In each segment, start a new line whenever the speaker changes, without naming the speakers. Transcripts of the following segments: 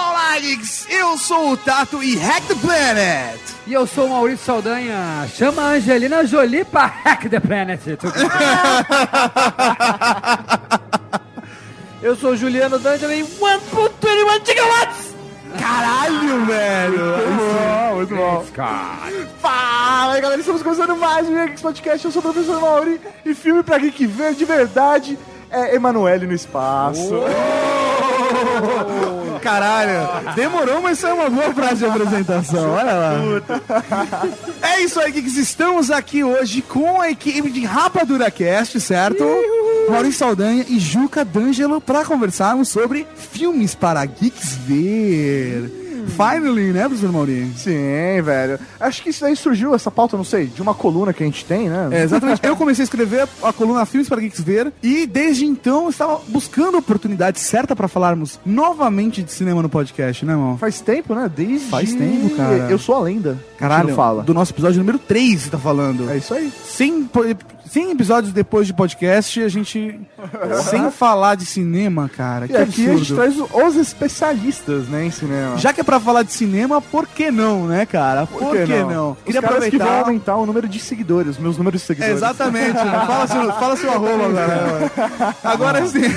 Fênix, eu sou o Tato e Hack the Planet.
E eu sou o Maurício Saldanha. Chama a Angelina Jolie pra Hack the Planet.
Eu sou o Juliano D'Angelo em 1.21 gigawatts!
Caralho, velho.
Bom, muito bom. Fala aí, galera, estamos começando mais um Geeks Podcast. Eu sou o professor Mauri e filme pra geek ver de verdade é Emanuele no espaço.
Caralho.
Oh! Demorou, mas isso é uma boa frase de apresentação. Olha lá.
É isso aí, Geeks. Estamos aqui hoje com a equipe de Rapadura Cast, certo? Maurício Saldanha e Juca D'Angelo pra conversarmos sobre filmes para geeks ver. Finally, né, professor Maurício?
Uhum. Sim, velho. Acho que isso daí surgiu, essa pauta, não sei, de uma coluna que a gente tem, né?
É, exatamente. Eu comecei a escrever a coluna Filmes para Geeks Ver e desde então eu estava buscando a oportunidade certa para falarmos novamente de cinema no podcast, né, irmão?
Faz tempo, né? Desde.
Faz tempo, cara.
Eu sou a lenda.
Caralho,
Não fala.
do nosso episódio número 3, você tá falando.
É isso aí.
100, po- 100 episódios depois de podcast, a gente sem falar de cinema, cara.
E
Que
aqui a gente
absurdo.
traz os especialistas, né, em cinema.
Já que é pra falar de cinema, por que não, né, cara? Por, que, não?
Queria aproveitar que vão aumentar o número de seguidores, meus números de seguidores.
Exatamente. mano. fala, seu, fala seu arroba agora. mano. Agora sim.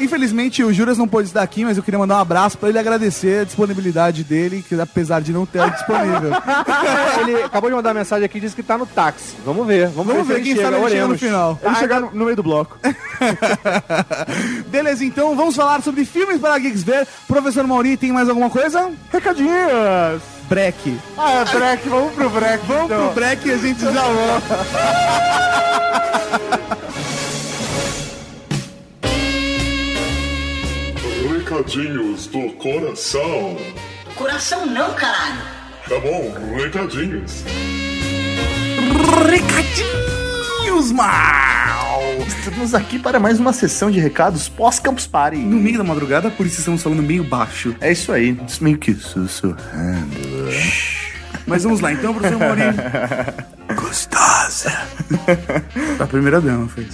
Infelizmente o Juras não pôde estar aqui, mas eu queria mandar um abraço pra ele agradecer a disponibilidade dele, que apesar de não ter é disponível.
Ele acabou de mandar mensagem aqui e disse que tá no táxi. Vamos ver, vamos,
Vamos
ver,
ver
se
quem
ele
sabe
chega,
ele chega no
oremos.
final.
Ele chegar no, no meio do bloco.
Beleza, então vamos falar sobre filmes para geeks ver. Professor Mauri, tem mais alguma coisa?
Recadinhos!
Breck.
Ah, é break, vamos pro então. break.
Vamos pro break e a gente já volta.
Recadinhos do coração.
Coração não, caralho.
Tá bom, recadinhos.
Recadinhos, mal!
Estamos aqui para mais uma sessão de recados pós-Campus Party.
No meio da madrugada, por isso estamos falando meio baixo.
É isso aí, isso meio que sussurro.
Mas vamos lá, então, professor Mauri. Gostosa. A primeira dama fez.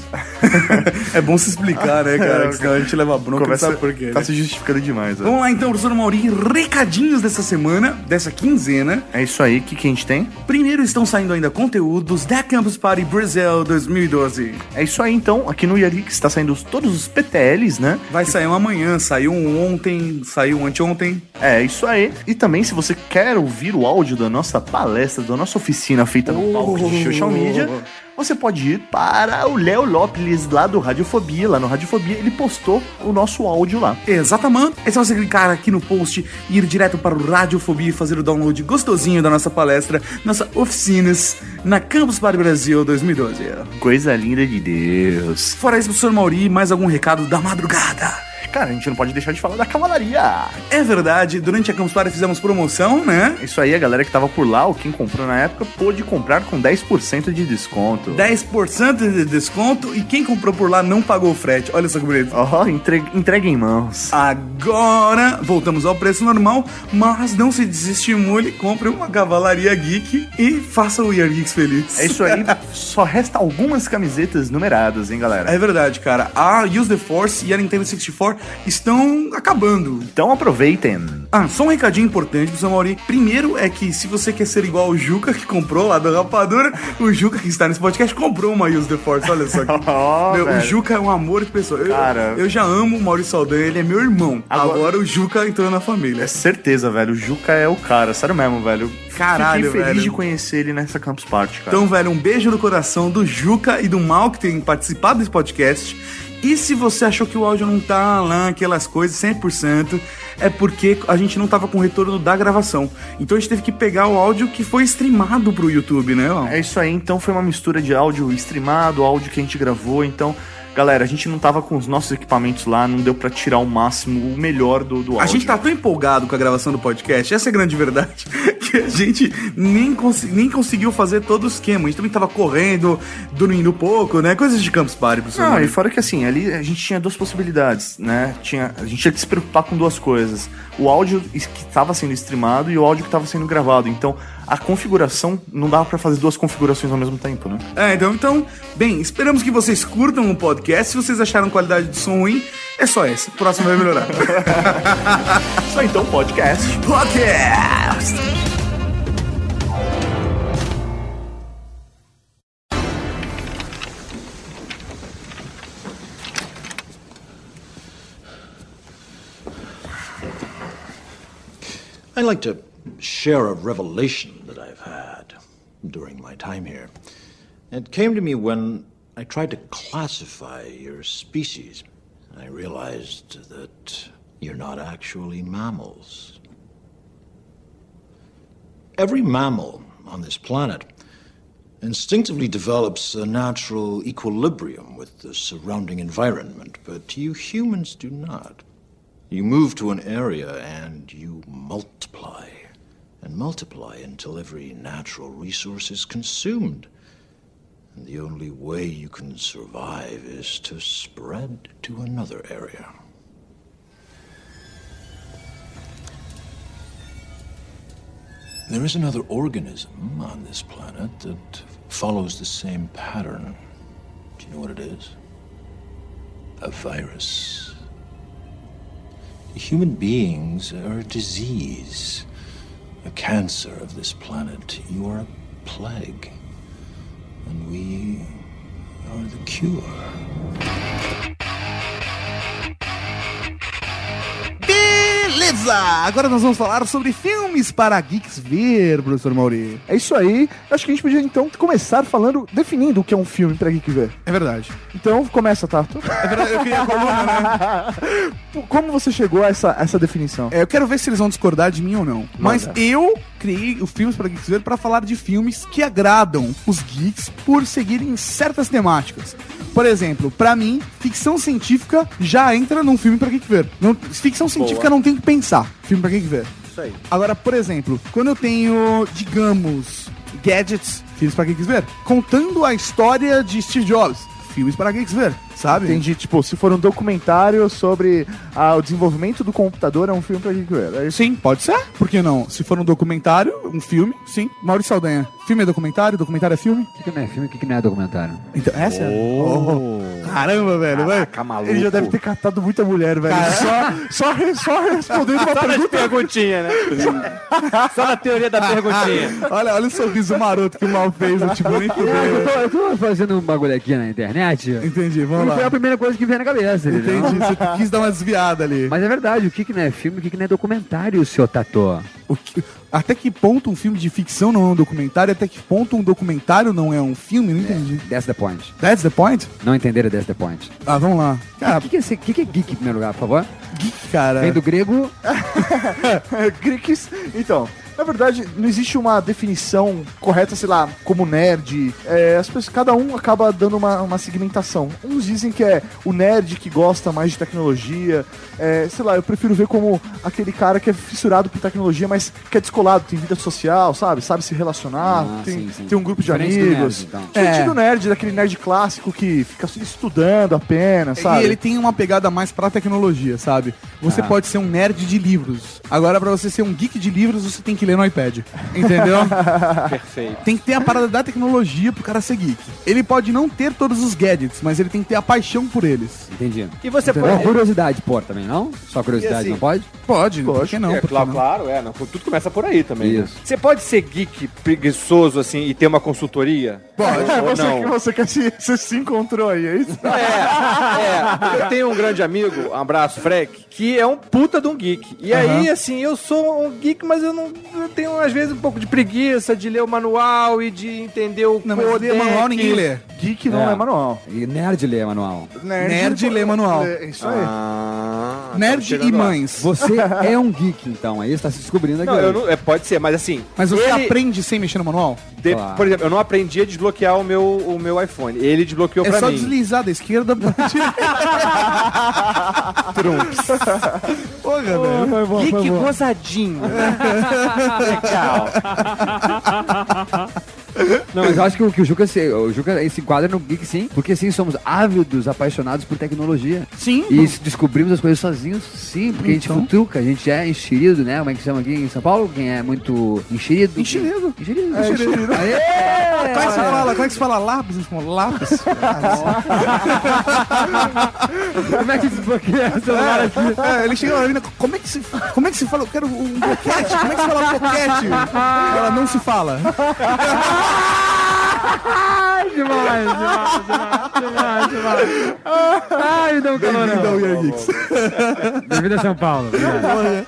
é bom se explicar, né,
É,
cara? Que senão a gente leva bronca, não sabe por quê.
Tá
né?
se justificando demais, ó.
Vamos lá, então, professor Mauri. Recadinhos dessa semana, dessa quinzena.
É isso aí, o que, que a gente tem?
Primeiro estão saindo ainda conteúdos da Campus Party Brasil 2012.
É isso aí, então, aqui no Yalix está saindo os- todos os PTLs, né?
Vai sair um amanhã, saiu um ontem, saiu um anteontem.
É, isso aí. E também, se você quer ouvir o áudio da nossa palestra, da nossa oficina feita no palco de social media, você pode ir para o Léo Lopes lá do Radiofobia. Lá no Radiofobia, ele postou o nosso áudio lá.
Exatamente. É só você clicar aqui no post e ir direto para o Radiofobia e fazer o download gostosinho da nossa palestra, nossa oficinas na Campus Party Brasil 2012.
Coisa linda de Deus.
Fora isso, professor Mauri, mais algum recado da madrugada?
Cara, a gente não pode deixar de falar da cavalaria.
É verdade, durante a Campus Party fizemos promoção, né?
É Isso aí, a galera que tava por lá, ou quem comprou na época, pôde comprar com 10% de desconto.
10% de desconto e quem comprou por lá não pagou o frete. Olha só que bonito.
Ó, entre- entrega em mãos.
Agora voltamos ao preço normal, mas não se desestimule, compre uma cavalaria geek e faça o Year Geeks feliz.
É isso aí, só resta algumas camisetas numeradas, hein, galera?
É verdade, cara. A Use the Force e a Nintendo 64 estão acabando.
Então aproveitem.
Ah, só um recadinho importante pro Samori. Primeiro é que se você quer ser igual o Juca que comprou lá da Rapadura, o Juca que está nesse podcast comprou uma Use the Force. Olha só. que-
Ó,
Meu, o
velho.
Juca é um amor de pessoa. Eu,
Cara.
eu já amo o Maurício Saldanha, ele é meu irmão. Agora,
Agora-
o Juca entrou na família.
É certeza, velho. O Juca é o cara, sério mesmo, velho.
Caralho,
Fiquei feliz
velho.
de conhecer ele nessa Campus Party, cara.
Então, velho, um beijo no coração do Juca e do Mal que tem participado desse podcast. E se você achou que o áudio não tá lá, aquelas coisas, 100%, é porque a gente não tava com retorno da gravação. Então a gente teve que pegar o áudio que foi streamado pro YouTube, né? Mal?
É isso aí, então foi uma mistura de áudio streamado, áudio que a gente gravou, então. Galera, a gente não tava com os nossos equipamentos lá, não deu pra tirar o máximo, o melhor do, do áudio.
A gente tá tão empolgado com a gravação do podcast, essa é a grande verdade, que a gente nem, consi- nem conseguiu fazer todo o esquema. A gente também tava correndo, dormindo pouco, né? Coisas de Campus Party, professor.
Não, e fora que assim, ali a gente tinha duas possibilidades, né? Tinha, a gente tinha que se preocupar com duas coisas. O áudio is- que estava sendo streamado e o áudio que estava sendo gravado. Então, a configuração, não dava pra fazer duas configurações ao mesmo tempo, né?
É, então, então, bem, esperamos que vocês curtam o podcast. Se vocês acharam qualidade de som ruim, é É só essa. O próximo vai melhorar.
Só então podcast.
Podcast!
I'd like to share a revelation that I've had during my time here. It came to me when I tried to classify your species. I realized that you're not actually mammals. Every mammal on this planet instinctively develops a natural equilibrium with the surrounding environment, but you humans do not. You move to an area and you multiply and multiply until every natural resource is consumed. And the only way you can survive is to spread to another area. There is another organism on this planet that follows the same pattern. Do you know what it is? A virus. Human beings are a disease, a cancer of this planet. You are a plague. And we are the cure.
Beleza! Agora nós vamos falar sobre filmes para geeks ver, professor Mauri.
É isso aí. Acho que a gente podia então começar falando, definindo o que é um filme pra geek ver.
É verdade.
Então, começa, Tato.
É verdade, eu queria a coluna, né?
Como você chegou a essa, essa definição?
É, eu quero ver se eles vão discordar de mim ou não. Mas
Manda.
eu criei o Filmes para Geeks Ver para falar de filmes que agradam os geeks por seguirem certas temáticas. Por exemplo, para mim, ficção científica já entra num filme para geek ver. Não- ficção científica não tem que pensar. Filme para geek ver.
Isso aí.
Agora, por exemplo, quando eu tenho, digamos, gadgets, filmes para geeks ver, contando a história de Steve Jobs, filmes para geeks ver, sabe?
Entendi, tipo, se for um documentário sobre ah, o desenvolvimento do computador, é um filme pra geek ver. É isso.
Sim, pode ser. Por que não? Se for um documentário, um filme, sim. Maurício Saldanha, filme é documentário? Documentário é filme?
O que, que não é filme e o que, que não é documentário?
Então, essa é. Oh. Caramba, velho, velho.
Caraca, maluco.
Ele já deve ter catado muita mulher, velho. Só, só, re- só respondendo uma pergunta.
Perguntinha, né? Só na teoria da perguntinha.
Olha, olha o sorriso maroto que o mal fez, não te vou nem fuder.
Eu tô, eu tô fazendo um bagulho aqui na internet. E
Entendi, vamos
foi a
lá.
primeira coisa que veio na cabeça, entendeu?
Entendi, você quis dar uma desviada ali.
Mas é verdade, o que, que não é filme, o que, que não é documentário, seu Tató?
O que- Até que ponto um filme de ficção não é um documentário? Até que ponto um documentário não é um filme? Não entendi.
That's the point.
That's the point?
Não entenderam that's the point.
Ah, vamos lá.
O
Cara,
que, que, é, esse- o que, que é geek em primeiro lugar, por favor?
geek, cara.
Vem do grego.
Grix, É, então, na verdade, não existe uma definição correta, sei lá, como nerd. É, as pessoas, cada um acaba dando uma, uma segmentação. Uns dizem que é o nerd que gosta mais de tecnologia. É, sei lá, eu prefiro ver como aquele cara que é fissurado por tecnologia, mas que é descolado, tem vida social, sabe? Sabe se relacionar,
Ah,
tem,
sim, sim.
tem um grupo de
Diferente do
amigos.
nerd, então.
Diferente
É.
do nerd, daquele nerd clássico que fica estudando apenas, sabe?
E ele tá tem uma pegada mais pra tecnologia, sabe? Você
Ah.
pode ser um nerd de livros. Agora, pra você ser um geek de livros, você tem que ler no iPad. Entendeu?
Perfeito.
tem que ter a parada da tecnologia pro cara ser geek. Ele pode não ter todos os gadgets, mas ele tem que ter a paixão por eles.
Entendi.
E você
É uma
pode.
curiosidade, pô, também, não? Só curiosidade,
E assim-
não pode?
Pode, por que não?
é,
Por que
claro,
não?
claro, é. Não, tudo começa por aí também. né?
Isso.
Você pode ser geek preguiçoso, assim, e ter uma consultoria?
Pode,
Ou
você,
não?
que você quer se, você se encontrou aí, é isso?
É, é. Eu tenho um grande amigo, um abraço, Freck, que é um puta de um geek. E aí, assim, eu sou um geek, mas eu não eu tenho, às vezes, um pouco de preguiça de ler o manual e de entender o
Não, mas
codec.
ler manual ninguém lê.
Geek não
É.
é manual.
E nerd lê, manual.
Nerd, lê manual.
É isso aí.
Ah, estamos
Nerd
Ah, chegando
e
lá.
mães.
Você é um geek, então, aí está se descobrindo aqui. né?
Não, eu
hoje.
não, é, pode ser, mas assim.
Mas você
ele-
aprende sem mexer no manual?
de-
Claro.
Por exemplo, eu não aprendi a desbloquear o meu, o meu iPhone. Ele desbloqueou
É
Então, pra
só
mim.
deslizar da esquerda pra direita. Porra, velho.
Geek gozadinho. Legal.
Não, mas eu acho que o, que o Juca se, o Juca se enquadra no geek sim, porque sim, somos ávidos, apaixonados por tecnologia.
Sim.
E se descobrimos as coisas sozinhos, sim, porque a
Então.
gente futuca, a gente é enxerido, né? Como é que chama aqui em São Paulo? Quem é muito enxerido?
Enxerido.
Enxerido.
É, enxerido.
Aê!
Como é que se fala? Como é que se fala lápis? Eles falam lápis?
Como é que desbloqueia essa vara aqui?
É, ele chega na menina, como é que se, como é que se fala? Eu quero um boquete, como é que se fala boquete? Ela não se fala.
Ai, demais, demais, demais, demais, demais. Ai, me deu um calorão.
Então, Ian Hicks.
Bem-vindo a São Paulo. obrigado.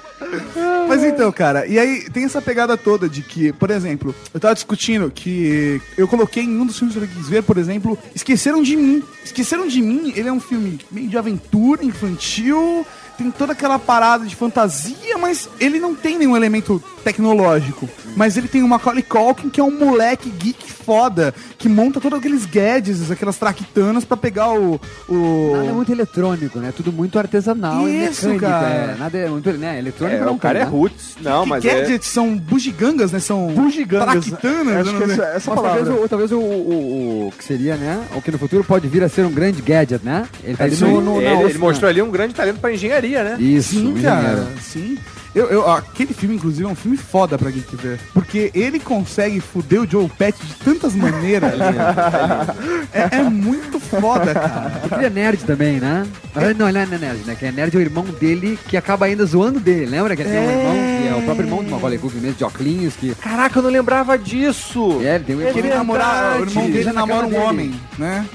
Mas então, cara, e aí tem essa pegada toda de que, por exemplo, eu tava discutindo que eu coloquei em um dos filmes que eu quis ver, por exemplo, Esqueceram de Mim. Esqueceram de Mim, ele é um filme meio de aventura, infantil, tem toda aquela parada de fantasia, mas ele não tem nenhum elemento tecnológico. Mas ele tem o Macaulay Culkin, que é um moleque geek foda, que monta todos aqueles gadgets, aquelas traquitanas pra pegar o... o...
Nada é muito eletrônico, né? Tudo muito artesanal
Isso,
e mecânico.
cara.
É, nada é muito, né? Eletrônico
É,
não
o cara é
tem, né?
roots. Não,
Que
mas é...
gadgets são bugigangas, né? São
Bugigangas.
traquitanas. né?
Acho
eu
que
não sei.
essa, essa
Mas talvez,
palavra.
o, talvez o, o- o que seria, né? O que no futuro pode vir a ser um grande gadget, né? Ele tá ali no, no, na
ele, ele
oficina.
mostrou ali um grande talento pra engenharia, né?
Isso,
Sim,
um
cara,
engenheiro.
sim. Eu, eu- aquele filme, inclusive, é um filme foda pra quem que ver. Porque ele consegue foder o Joe Pet de tantas maneiras. é, é muito foda, cara.
Porque Ele é nerd também, né? Na verdade, não, ele não é nerd, né? Quem é nerd é o irmão dele que acaba ainda zoando dele. Lembra que ele tem um irmão que é o próprio irmão do Macaulay Culkin mesmo, de Oclinhos, que...
Caraca, eu não lembrava disso.
É, ele tem um
É
irmão...
Que ele namora, o
verdade.
irmão dele
Já na
namora um
cama dele.
homem, né?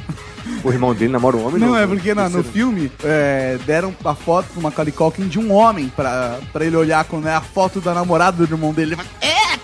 O irmão dele namora um homem?
Não, é porque na- no filme é, deram a foto pro Macaulay Culkin de um homem pra, pra ele olhar quando é a foto da namorada do irmão dele. Ele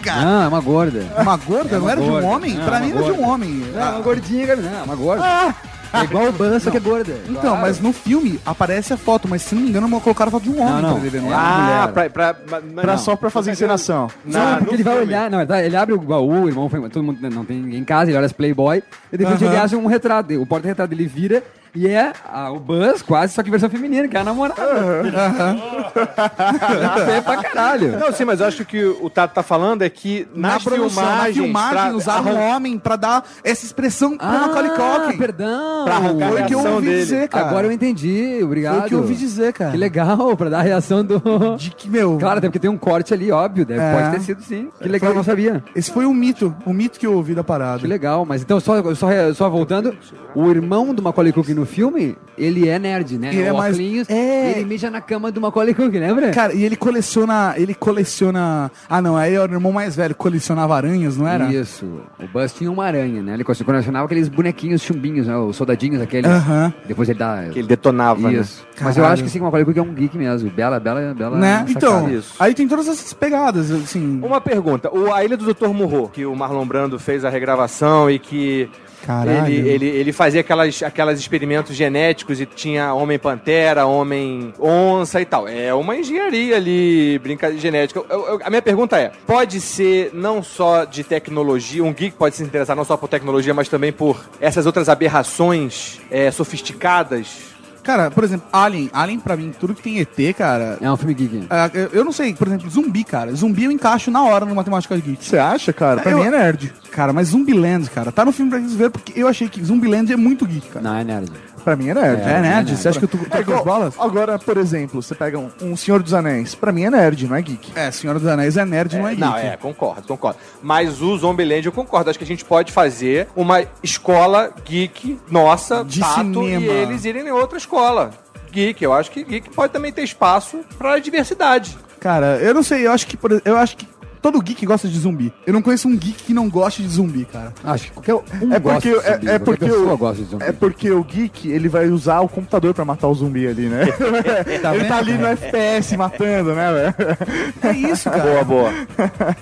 fala,
Ah, é uma gorda.
"É Uma gorda?
É uma
não era de
gorda.
um homem?
É,
pra
uma
mim era de um
gorda.
homem.
É
Ah,
uma gordinha, cara. Não, é uma gorda. É igual o Ban, só que é gorda.
Então,
Claro.
mas no filme aparece a foto, mas se não me engano, colocaram a foto de um
Não,
homem
não.
pra ele ver, não é?
Ah,
Ah,
mulher.
pra, pra, pra, mas
Pra
não.
só pra fazer encenação.
Na-
Não, porque
no
ele vai
filme.
olhar, não, ele tá- ele abre o baú, o irmão foi, todo mundo né, não tem ninguém em casa, ele olha as Playboy, e de repente ele acha um retrato, o porta-retrato ele vira e é a- o Buzz quase, só que versão feminina, que é a namorada. é pra caralho.
Não, sim, mas eu acho que o Tato tá falando é que
na
nas
produção, na
filmagens,
filmagem,
pra-
usaram um homem pra dar essa expressão pro Macaulay Culkin.
Ah, perdão.
Pra arrancar
Foi o que eu
reação
ouvi
dele.
dizer, cara.
Agora eu entendi, obrigado.
Foi É o que eu ouvi dizer, cara.
Que legal, pra dar a reação do...
De que, meu...
Claro, até porque tem um corte ali, óbvio, deve-
É.
pode ter sido sim. Que legal, eu não sabia.
Esse foi um mito, um mito que eu ouvi da
Que
parada.
legal, mas então só, só, só voltando, o irmão do Macaulay Culkin no filme, ele é nerd, né?
Ele é
o
mais-
óculos,
é.
ele mija na cama do Macaulay Culkin, lembra?
Cara, e ele coleciona... Ele coleciona... Ah, não, aí era o irmão mais velho, colecionava aranhas, não era?
Isso. O Buzz tinha uma aranha, né? Ele colecionava aqueles bonequinhos chumbinhos, né? Os soldadinhos aqueles.
Aham.
Depois ele dá...
Que ele detonava, né?
Isso. Mas eu acho que sim, o Macaulay Culkin é um geek mesmo. Bela, bela, bela...
Né?
sacada.
Então,
isso.
aí tem todas essas pegadas, assim...
Ah, Uma pergunta, o A Ilha do Dr. Murro, que o Marlon Brando fez a regravação e que
Caralho.
ele, ele, ele fazia aquelas, aquelas experimentos genéticos e tinha homem-pantera, homem-onça e tal. É uma engenharia ali, brincadeira genética. Eu- eu- a minha pergunta é, pode ser não só de tecnologia, um geek pode se interessar não só por tecnologia, mas também por essas outras aberrações é, sofisticadas?
Cara, por exemplo, Alien. Alien, pra mim, tudo que tem ET, cara...
É um filme geek.
ah, eu- Eu não sei, por exemplo, zumbi, cara. Zumbi eu encaixo na hora no Matemática Geek.
Você acha, cara? Pra
Eu-
mim é nerd.
Cara, mas Zumbiland, cara, tá no filme pra eles ver porque eu achei que Zumbiland é muito geek, cara.
Não, é nerd.
Pra mim é nerd.
É, nerd?
é,
Você acha que eu tô, tô
É
com as
igual-
bolas?
Agora, por exemplo, você pega um, um Senhor dos Anéis. Pra mim é nerd, não é geek.
É, Senhora dos Anéis é nerd, não é geek.
Não, é, concordo, concordo. Mas o Zombieland eu concordo. Acho que a gente pode fazer uma escola geek nossa,
De
Tato,
cinema.
e eles irem em outra escola. Geek, eu acho que geek pode também ter espaço pra diversidade.
Cara, eu não sei, eu acho que por- eu acho que todo geek gosta de zumbi. Eu não conheço um geek que não goste de zumbi, cara.
Acho que qualquer um
É
gosta
porque,
de zumbi,
é, é
qualquer
porque
pessoa
o,
gosta de zumbi.
é porque o geek ele vai usar o computador pra matar o zumbi ali, né? ele tá ali no FPS matando, né, velho?
É isso, cara.
Boa, boa.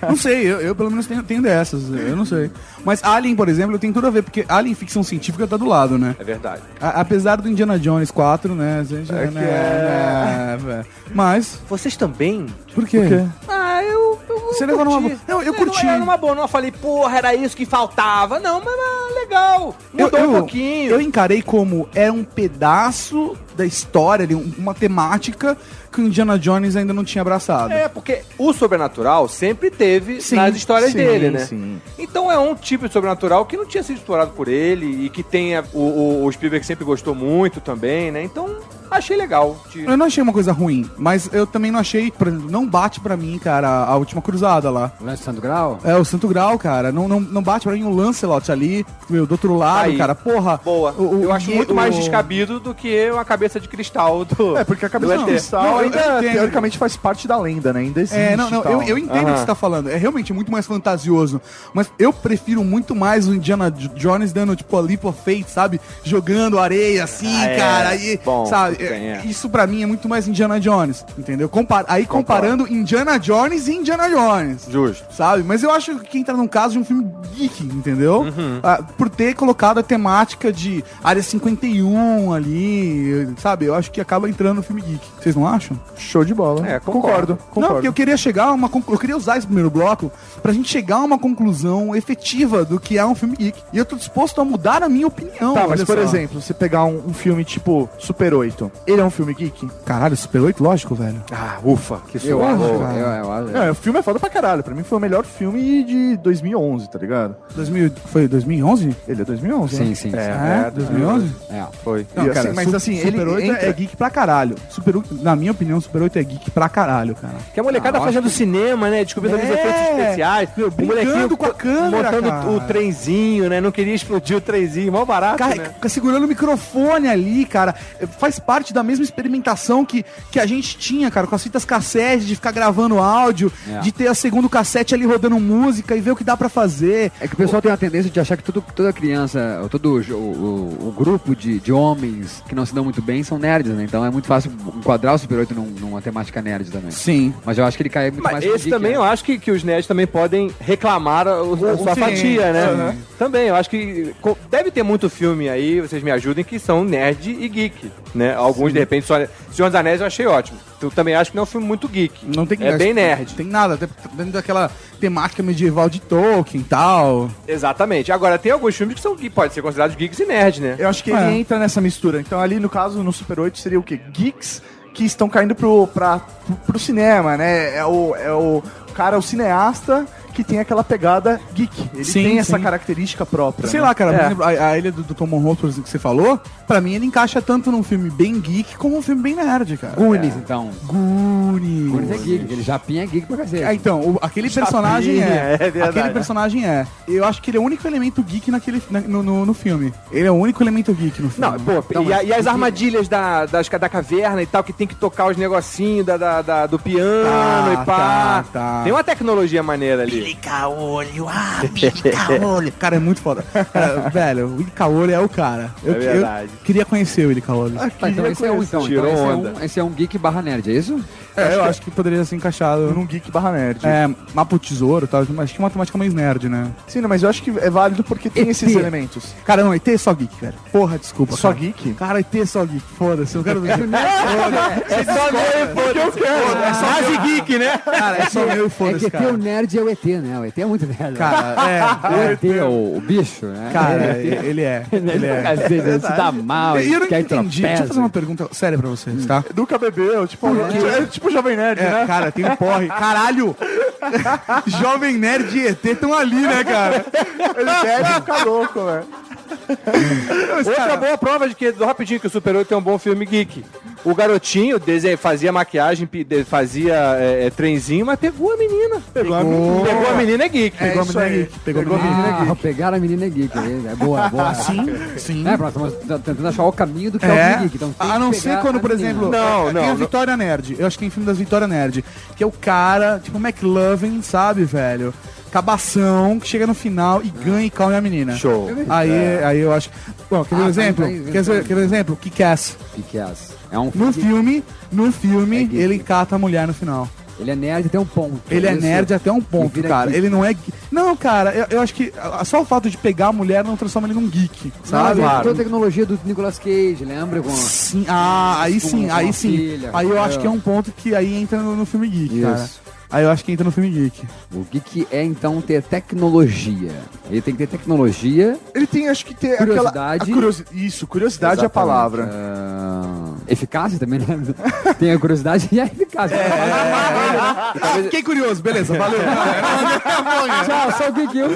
Não sei, eu, eu pelo menos tenho, tenho dessas, eu não sei. Mas Alien, por exemplo, eu tenho tudo a ver, porque Alien ficção científica tá do lado, né?
É verdade.
A- apesar do Indiana Jones 4, né? a gente-
É
né, né, velho. Mas,
Vocês também?
por quê?
Ah, eu. eu
Você levou numa boa. Não, eu curti.
Não, era numa boa, não. Eu falei, porra, era isso que faltava. Não, mas ah, legal. Mudou um pouquinho.
Eu encarei como é um pedaço da história, ali, um- uma temática que o Indiana Jones ainda não tinha abraçado.
É, porque o sobrenatural sempre teve
Sim,
nas histórias
sim,
dele, né?
sim.
Então é um tipo de sobrenatural que não tinha sido explorado por ele e que tem a- o, o, o Spielberg sempre gostou muito também, né? Então achei legal. De-
Eu não achei uma coisa ruim, mas eu também não achei, por exemplo, não bate pra mim, cara, a a última cruzada lá.
O lance do Santo Grau?
É, o Santo Grau, cara, não, não, não bate pra mim o Lancelot ali, meu, do outro lado,
Aí.
cara, porra.
Boa.
O- o-
eu acho
o-
muito mais
o-
descabido do que uma cabeça de cristal do.
É, porque a cabeça
do
de
ET.
cristal
Não, eu
é,
ainda,
entendo.
teoricamente, faz parte da lenda, né? Ainda existe.
Tá, É, não, não,
e tal.
eu, eu entendo o que
Aham.
você tá falando. É realmente muito mais fantasioso. Mas eu prefiro muito mais o Indiana J- Jones dando, tipo, a leap of faith, sabe? Jogando areia assim,
Ah, é.
cara. Aí,
Bom,
sabe?
tudo bem, é.
Isso pra mim é muito mais Indiana Jones, entendeu? Compa- aí comparando Indiana Jones e Indiana Jones.
Justo.
Sabe? Mas eu acho que entra num caso de um filme geek, entendeu? Ah, por ter colocado a temática de Área 51 ali, sabe? Eu acho que acaba entrando no filme geek. Vocês não acham?
Show de bola.
É, concordo.
Não, porque eu queria chegar a uma conclu- eu queria usar esse primeiro bloco pra gente chegar a uma conclusão efetiva do que é um filme geek. E eu tô disposto a mudar a minha opinião.
Tá, mas
olha
por
só.
exemplo, se pegar um, um filme tipo Super 8, ele é um filme geek?
Caralho, Super 8, lógico, velho.
Ah, ufa. Que
Eu
Porra,
acho,
cara.
eu, eu acho.
É, o filme é foda pra caralho. Pra mim foi o melhor filme de 2011, tá ligado?
2000, foi 2011?
Ele é 2011, né?
Sim, sim. sim.
É, 2011?
É.
Foi.
Não,
E
cara,
assim,
mas
Su-
assim,
Super
ele
8
entra-
é-
é geek pra caralho. Super 8, na minha opinião, Super 8 é geek pra caralho, cara.
Que a molecada fazendo cinema, né? Descobrindo os
É.
efeitos especiais.
Meu,
O
brincando
molequinho
com a câmera,
Montando
cara.
o trenzinho, né? Não queria explodir o trenzinho. Mó barato,
Cara,
né?
ca- segurando o microfone ali, cara, É, faz parte da mesma experimentação que, que a gente tinha, cara, com as fitas cassete, de ficar gravando áudio,
É.
de ter a segundo cassete ali rodando música e ver o que dá pra fazer.
É que o pessoal tem a tendência de achar que tudo- toda criança, ou todo jo- o, o- o grupo de, de homens que não se dão muito bem são nerds, né? Então é muito fácil enquadrar o Super 8 num- numa temática nerd também.
Sim.
Mas eu acho que ele cai muito
Mas
mais pro
esse
geek,
também
né?
eu acho que, que os nerds também podem reclamar a, o- a sua
sim,
fatia, né?
sim.
Também, eu acho que co- deve ter muito filme aí, vocês me ajudem, que são nerd e geek, né? Alguns, de repente, só... Senhor dos Anéis eu achei ótimo. Eu também acho que não é um filme muito geek.
Não tem que
É bem nerd.
Tem nada, tem- dentro daquela temática medieval de Tolkien e tal.
Exatamente. Agora, tem alguns filmes que são que podem ser considerados geeks e nerd, né?
Eu acho que
É.
ele entra nessa mistura. Então, ali no caso, no Super 8 seria o quê? Geeks que estão caindo pro, pra, pro, pro cinema, né? É o, é o cara, o cineasta que tem aquela pegada geek. Ele
Sim,
tem essa
sim.
característica própria.
Sei
né?
lá, cara,
É.
por exemplo, a, a Ilha do, do Tom Holtz, por exemplo, que você falou, pra mim ele encaixa tanto num filme bem geek como num filme bem nerd, cara.
Goonies, então.
Goonies.
Goonies é geek, ele japinha é geek pra cacete.
É, então, o- aquele personagem é. aquele personagem é. Eu acho que ele é o único elemento geek naquele, na- no, no, no filme. Ele é o único elemento geek no filme.
Não, pô, e, a- e as armadilhas da, das, da caverna e tal, que tem que tocar os negocinhos da, da- da- do piano
Tá,
e
tá,
pá.
tá.
Tem uma tecnologia maneira ali.
Pica olho, ah, pica olho.
Cara, é muito foda. Cara, velho, o Willy Kaoli é o cara. Eu,
É verdade.
eu queria conhecer o Willy Kaoli.
Tá, então esse é um, então.
Tirou
então esse, é
onda.
um, esse é um geek barra nerd, é isso?
eu acho que poderia ser encaixado.
Num geek barra nerd.
É, mapa o tesouro e tal. Acho que é uma temática mais nerd, né?
Sim, não, mas eu acho que é válido porque tem esses elementos.
Cara, não, ET é só geek, velho. Porra, desculpa.
Só
cara.
geek?
Cara, ET é só geek. Foda-se, eu quero ver.
É só meio porque eu quero. É só quase geek, né?
Cara, é só meu e
É que
foda-se,
ET é o
cara.
nerd e é o ET, né? O ET é muito nerd.
Cara, é.
o ET é o, o bicho, né?
Cara, ele é. Ele é.
Às vezes ele se dá mal,
E eu não
ele quer
entendi. Deixa eu fazer uma pergunta séria pra vocês, tá?
Nunca bebeu, tipo, é tipo Jovem Nerd, né?
É, cara, tem um porre. Caralho! Jovem Nerd e ET estão ali, né, cara?
Ele bebe e fica louco, velho.
Outra boa prova de que, rapidinho, que o Super 8 é um bom filme geek. O garotinho dese- fazia maquiagem, pi- de- fazia é, é, trenzinho, mas pegou a menina. Pegou,
a menina.
Pegou a menina é geek.
Pegou a menina geek. Pegou a menina geek.
Ah, pegaram a menina geek, é é boa, é boa.
Sim, sim.
É, próximo, tá tentando achar o caminho do que é, o
É,
filme geek. Então tem
a não
que
ser
pegar assim,
quando,
a
por
menina.
exemplo, é,
Não, não,
tem a
não.
Vitória Nerd. Eu acho que tem filme das Vitória Nerd. Que é o cara, tipo McLovin, sabe, velho? Cabação, que chega no final e ganha e calma a menina.
Show.
Aí, aí eu acho. Bom, quer ver um
Ah,
exemplo?
tá, tá, tá,
quer, ver,
tá.
quer ver um exemplo? Kick-Ass.
Kick-Ass. É um
No
filme. que-
filme, no filme,
É geek.
ele cata a mulher no final.
Ele é nerd até um ponto.
Ele é
Isso.
nerd até um
E
ponto,
vira
cara.
geek.
Ele não é. gui- Não, cara, eu, eu acho que ah, só o fato de pegar a mulher não transforma ele num geek,
Não, mas
sabe?
ele tem toda a tecnologia do Nicolas Cage, lembra? Com...
Sim, ah, aí
Com-
sim,
com
aí
a
sim.
filha.
aí eu
É.
acho que é um ponto que aí entra no, no filme geek, cara.
Isso.
Aí eu acho que entra no filme geek.
O geek é, então, ter tecnologia. Ele tem que ter tecnologia,
Ele tem, acho que, ter aquela...
Curiosidade.
a curiosi- Isso, curiosidade é a
Exatamente.
palavra.
ah, eficácia também, né? Tem a curiosidade e a
É.
eficácia. É.
Ah, fiquei curioso, beleza, valeu.
Tchau, só o que que eu...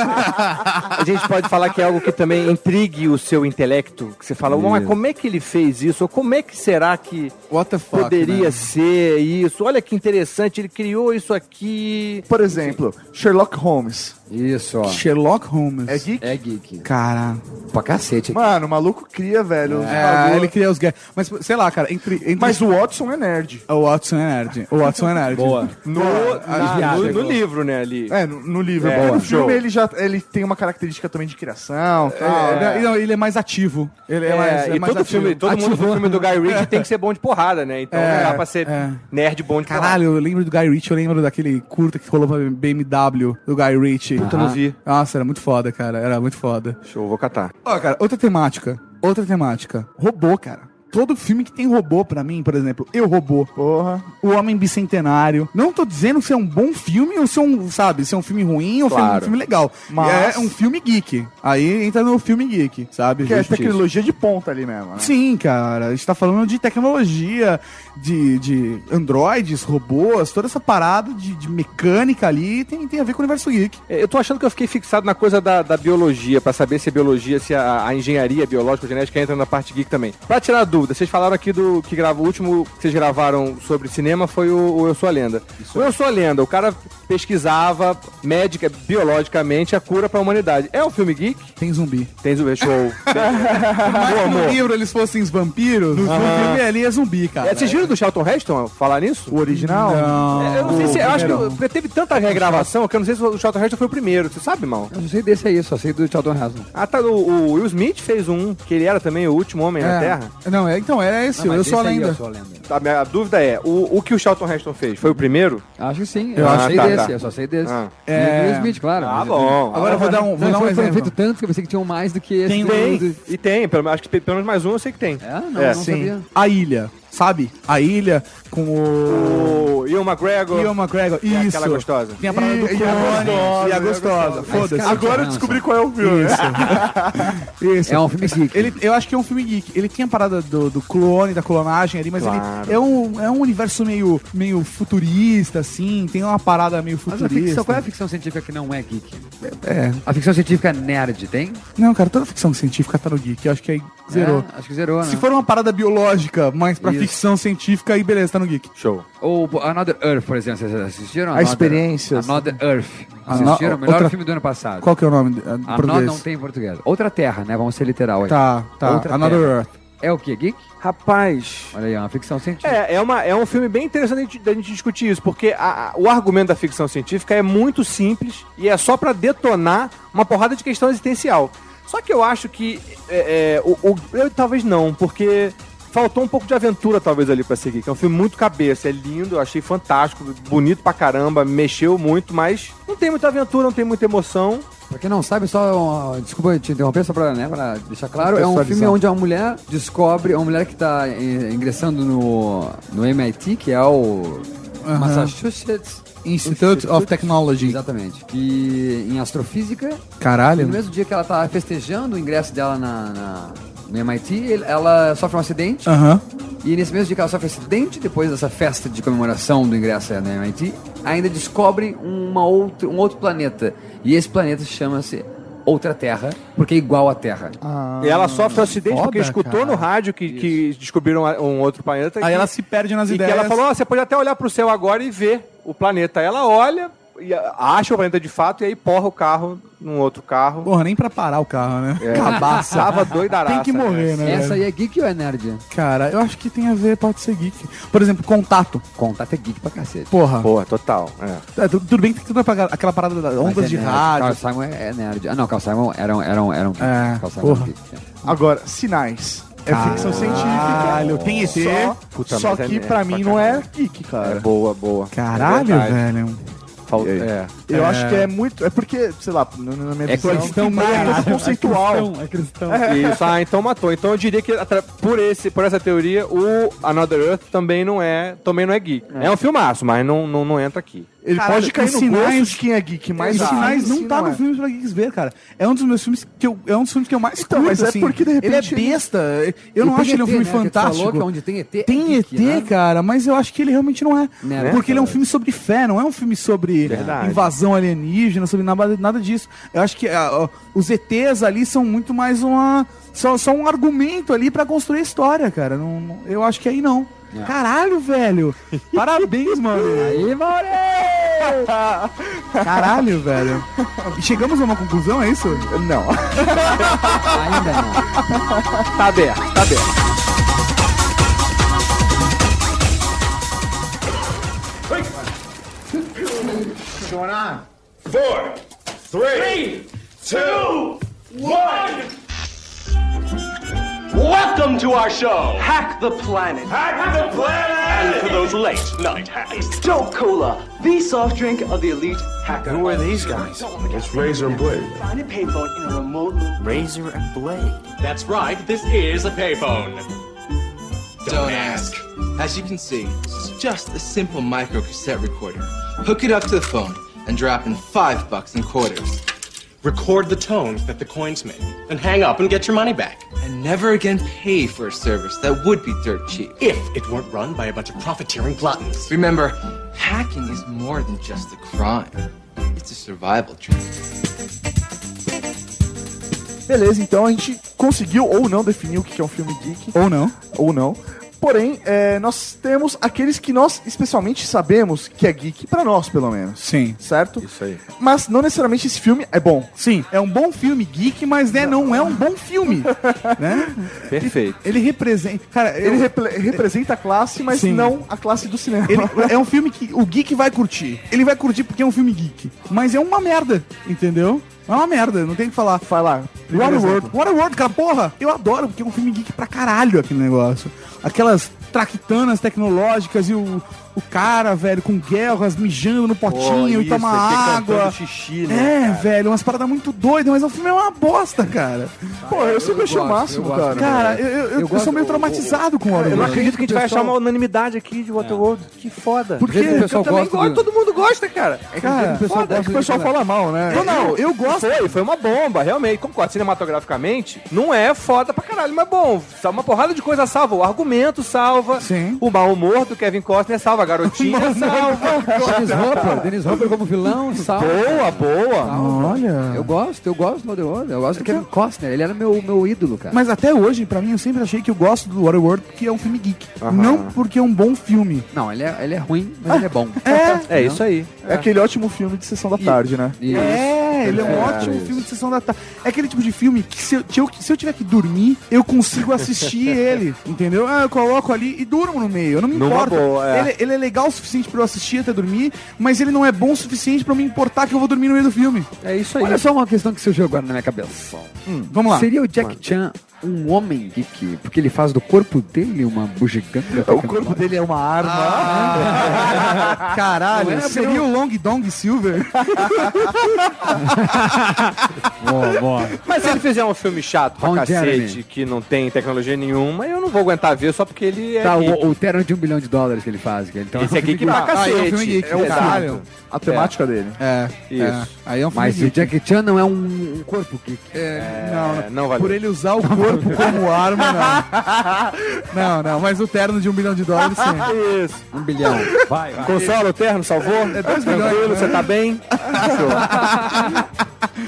A gente pode falar que é algo que também intrigue o seu intelecto. Que você fala, "Uau, mas
Isso.
como é que ele fez isso? Ou como é que será que
What the fuck,
poderia
né?
ser isso? Olha que interessante, ele criou isso aqui.
Por exemplo, Sherlock Holmes.
Isso, ó.
Sherlock Holmes.
É geek?
É geek.
Cara,
Pra cacete.
Mano, o maluco cria, velho. os
é,
bagulho.
ele cria os gags. Mas, sei lá, cara, entre. entre
Mas o Watson é nerd.
o Watson é nerd. O Watson é nerd. Boa.
No, na-
viagem,
Ah, no- no
boa.
livro, né, ali.
É, no, no livro.
É,
no
boa.
filme
Show.
ele já ele tem uma característica também de criação.
É, ele- não, ele é mais ativo. Ele é,
É,
mais, é
e
mais
todo
ativo.
filme, todo mundo do filme do Guy Ritchie tem que ser bom de porrada, né? Então
É,
não dá pra ser
é.
nerd bom de
Caralho, eu lembro do Guy Ritchie, eu lembro daquele curta que rolou pra BMW, do Guy Ritchie. Ah,
porrada. Puta, não vi.
Nossa, era muito foda, cara. Era muito foda.
Show, vou catar.
Ó, cara, outra temática. Outra temática. Robô, cara. Todo filme que tem robô pra mim, por exemplo, Eu Robô,
Porra.
O Homem Bicentenário. Não tô dizendo se é um bom filme ou se é um, sabe, se é um filme ruim ou se é um
Claro.
filme legal.
Mas-
É um filme geek. Aí entra no filme geek, sabe?
Que é
Justiça.
tecnologia de ponta ali mesmo. Né?
Sim, cara. A gente tá falando de tecnologia, de, de androides, robôs, toda essa parada de, de mecânica ali tem, tem a ver com o universo geek.
É, Eu tô achando que eu fiquei fixado na coisa da, da biologia, pra saber se a biologia, se a, a engenharia biológica ou genética entra na parte geek também. Pra tirar a dúvida, vocês falaram aqui do que gravou, o último que vocês gravaram sobre cinema foi o, o Eu Sou a Lenda. o Eu Sou a Lenda, o cara pesquisava médica, biologicamente, a cura pra humanidade. É um filme geek?
Tem zumbi.
Tem o show.
Mas
Bom,
no
amor.
livro eles fossem os vampiros, no filme ali é zumbi, cara.
É, vocês viram do Charlton Heston falar nisso?
O original?
Não.
É, Eu não sei se. Eu acho que
primeiro.
eu- teve tanta regravação que eu não sei se o Charlton Heston foi o primeiro. Você sabe, mal?
Eu não sei desse aí, só sei do Charlton Heston.
Ah, tá. O, o Will Smith fez um, que ele era também o último homem na Terra.
É. Não, é, então, era esse, eu sou a lenda.
A minha dúvida é: o, o que o Charlton Heston fez? Foi o primeiro?
Acho que sim,
Eu
eu
acho-
sei
tá,
desse,
tá.
eu só sei desse.
Ah.
E
Tá
É.
do Will Smith, claro. mas eu-
Agora eu vou dar um, vou
Não,
dar um
foi, foi
exemplo.
feito tanto que eu pensei que tinha um mais do que esse.
Tem-
do-
tem.
do-
E tem, pelo, acho que pe- pelo menos mais um eu sei que tem.
um É, não,
É,
não
sim.
sabia.
A ilha, sabe? A ilha com o...
O Ian McGregor.
Ian McGregor.
é
Isso.
aquela gostosa.
Tem a parada do
E- e a
clone.
gostosa,
E a
e a
gostosa. Foda-se.
cara,
Agora eu
Nossa.
descobri qual é o filme.
Isso. Isso.
É um filme geek.
Ele, eu acho que é um filme geek. Ele tem a parada do, do clone, da clonagem ali, mas
Claro.
ele é um, é um universo meio, meio futurista, assim. Tem uma parada meio
Mas a
futurista.
ficção, qual é a ficção científica que não é geek?
É.
A ficção científica nerd tem?
Não, cara, toda ficção científica tá no geek. Eu acho que aí zerou.
É, acho que zerou, né?
Se for uma parada biológica, mas pra
Isso.
ficção científica, aí beleza, tá no geek.
Show.
Ou pô, Another Earth, por exemplo, vocês assistiram?
A experiência.
Another Earth.
Ano-
Assistiram? O melhor
outra-
filme do ano passado.
Qual que é o nome? eh, em
Another não
português?
tem em português. Outra Terra, né? Vamos ser literal aí.
Tá, tá.
Outra
Another
terra.
Earth.
É o quê? Geek?
Rapaz.
Olha aí, é uma ficção científica.
É, é, uma, é um filme bem interessante da gente- da gente discutir isso, porque a- a- o argumento da ficção científica é muito simples e é só pra detonar uma porrada de questão existencial. Só que eu acho que. é, é, o, o- eu talvez não, porque faltou um pouco de aventura, talvez, ali pra seguir. Que é um filme muito cabeça, é lindo, eu achei fantástico, bonito pra caramba, mexeu muito, mas não tem muita aventura, não tem muita emoção.
Pra quem não sabe, só. ó, Desculpa te interromper, só pra, né, pra deixar claro. É um
Contextualizar.
filme onde uma mulher descobre, uma mulher que tá eh, ingressando no, no MIT, que é o Massachusetts.
Institute of Technology.
Exatamente. E em astrofísica. E no
Caralho.
mesmo dia que ela tá festejando o ingresso dela na, na- no MIT, ele- ela sofre um acidente.
Aham.
E nesse mesmo dia que ela sofre um acidente, depois dessa festa de comemoração do ingresso no MIT, ainda descobre uma outra, um outro planeta. E esse planeta chama-se Outra Terra, porque é igual à Terra.
e ela sofre um acidente
Ah, foda,
porque escutou
cara.
no rádio que, que descobriram a- um outro planeta.
Aí
que-
ela se perde nas
e
ideias.
que ela falou, "Ó, você pode até olhar pro céu agora e ver o planeta. Aí Ela olha, e acha o planeta de fato e aí porra o carro num outro carro.
Porra, nem pra parar o carro, né? Cabaça.
Tava doidaraça.
Tem que morrer, né?
Essa
velho?
aí é geek ou é nerd?
Cara, eu acho que tem a ver, pode ser geek. Por exemplo, contato.
Contato é geek pra cacete.
Porra.
Porra, total. é.
É, tu- tudo bem que tem toda pra- aquela parada das
Mas
ondas
é
de
nerd. Carl
rádio.
Simon é, é nerd. Ah, não, Carl Simon era um, era um, era um geek.
É,
Carl Simon era um
porra.
geek, é.
Agora, sinais. É ficção científica.
Caralho, tem ET.
Só,
Puta,
só
mas é
que
nerd
pra
pra
mim não é geek,
É
cara.
boa, boa. É
Caralho,
verdade.
velho.
Falta-
E aí?
é.
Eu acho que é muito. É porque, sei lá, na na minha
É
visão.
cristão,
mas é muito conceitual.
né? É cristão.
Isso, ah, então matou. Então eu diria que atra- por, esse, por essa teoria, o Another Earth também não é, também não é geek. É, um filmaço, mas não, não, não entra aqui.
Ele
Cara,
pode cair
os
no
sinais-
gosto de quem é geek, mas...
Os
ah,
sinais não
sim,
tá no
é.
filme pra geeks ver, cara. É um dos meus filmes que eu, é um dos filmes que eu mais
Então,
curto,
mas é
assim.
porque, de repente,
Ele é
ele-
besta. Eu não
E tem
acho ele um
ET,
filme
né, que tu
fantástico.
Falou que onde tem ET, é
Tem ET,
geek, né?
cara, mas eu acho que ele realmente não é.
Né,
porque ele é um
cara?
filme sobre fé, não é um filme sobre
Verdade.
invasão alienígena, sobre nada, nada disso. Eu acho que ah, ó, os ETs ali são muito mais uma. Só, só um argumento ali pra construir a história, cara. Não- não- eu acho que aí não. Caralho, velho! Parabéns, mano!
É. Aí, Mauri!
Caralho, velho! E Chegamos a uma conclusão, é isso?
Não.
Ainda não.
Tá aberto, tá aberto.
Welcome to our show, Hack the Planet. Hack the Planet! And for those late night hacks, Dope Cola, the soft drink of the elite hacker. Who are these guys?
It's Razor and Blade.
Find a payphone in a remote loop. Razor and Blade.
That's right, this is a payphone. Don't, ask. As you can see, this is just a simple micro cassette recorder. Hook it up to the phone and drop in five bucks and quarters. Record the tones that the coins make, and hang up and get your money back. And never again pay for a service that would be dirt cheap. If it weren't run by a bunch of profiteering gluttons. Remember, hacking is more than just a crime. It's a survival trick.
Beleza, então a gente conseguiu ou não definir o que é um filme geek,
Ou não?
ou não. Porém, é, nós temos aqueles que nós especialmente sabemos que é geek, pra nós pelo menos,
Sim.
certo?
Isso aí.
Mas não necessariamente esse filme é bom.
Sim, é um bom filme geek, mas né, não é um bom filme. né?
Perfeito.
Ele representa. Cara,
Ele
eu-
repre- representa a classe, mas
Sim.
não a classe do cinema.
Ele- é um filme que o geek vai curtir. Ele vai curtir porque é um filme geek. Mas é uma merda, entendeu? É uma merda, não tem o que falar.
Vai lá. primeiro
Waterworld.
exemplo.
Waterworld, cara, porra! Eu adoro, porque é um filme geek pra caralho aquele negócio. Aquelas traquitanas tecnológicas e o, o cara, velho, com guerras, mijando no potinho
Pô,
e
isso,
toma
ET cantando
água.
xixi, né,
É,
cara?
velho, umas paradas muito doidas, mas o filme é uma bosta, cara.
Pô, eu sempre achei o
gosto,
máximo,
eu
cara.
gosto.
Cara, eu, eu- eu
gosto-
sou meio traumatizado com
Eu
Waterworld.
não acredito que a gente vai achar
Pessoal-
uma unanimidade aqui de Waterworld. É. Que foda.
Por
Do jeito
quê?
que o
Eu
pessoal
também
gosta
gosto,
do...
todo mundo gosta, cara.
Cara, o pessoal
É
gosta
que o pessoal
do-
fala mal, né?
Não, não,
eu gosto.
Foi, foi uma bomba, realmente. Concordo, cinematograficamente, não é foda pra caralho, mas bom, tá uma porrada de coisa salva. O argumento salva,
Sim.
o mau humor do Kevin Costner salva, a garotinha salva.
Dennis
é.
Hopper, Dennis Hopper como vilão, salve.
Boa, boa.
Olha.
Eu gosto, eu gosto do Waterworld, eu gosto do Kevin É Costner, ele era meu, meu ídolo, cara.
Mas até hoje, pra mim, eu sempre achei que eu gosto do Waterworld porque é um filme geek. Não porque é um bom filme.
Não, ele é, ele é ruim, mas ele é bom.
É isso aí.
É aquele ótimo filme de sessão da tarde, né?
Isso.
É, ele é um
É,
ótimo
isso.
filme de sessão da tarde. É aquele tipo de filme que se eu, se eu- se eu tiver que dormir, eu consigo assistir ele, entendeu? Ah, eu coloco ali e durmo no meio, eu não me
Numa
importo.
boa, é.
Ele, ele é legal o suficiente pra eu assistir até dormir, mas ele não é bom o suficiente pra eu me importar que eu vou dormir no meio do filme.
É isso aí.
Olha só uma questão que surgiu agora na minha cabeça.
Vamos lá.
Seria o Jack Chan um homem geek? Porque ele faz do corpo dele uma bugiganga.
O corpo dele é uma arma.
Ah! Caralho,
Não é
seria o Long Dong Silver?
Mas se ele fizer um filme chato pra
Ron
cacete,
Jeremy.
que não tem tecnologia nenhuma, eu não vou aguentar ver só porque ele é
Tá,
geek.
o, o Terra de um bilhão de dólares que ele faz. Que ele então
Esse é geek pra
Ah, é um filme
cacete.
geek,
é um
caralho.
filme.
A temática dele.
É,
Isso.
Aí é um filme
Mas o
geek.
Jack Chan não é um, um corpo geek.
É, não, não.
É, não valeu.
Por ele usar o corpo como arma, não. Não, não, mas o terno de um bilhão de dólares, sim.
Isso.
Um bilhão. Vai, vai.
Consola, o terno, salvou? É
dois
Tranquilo,
milhões. né?
você tá bem?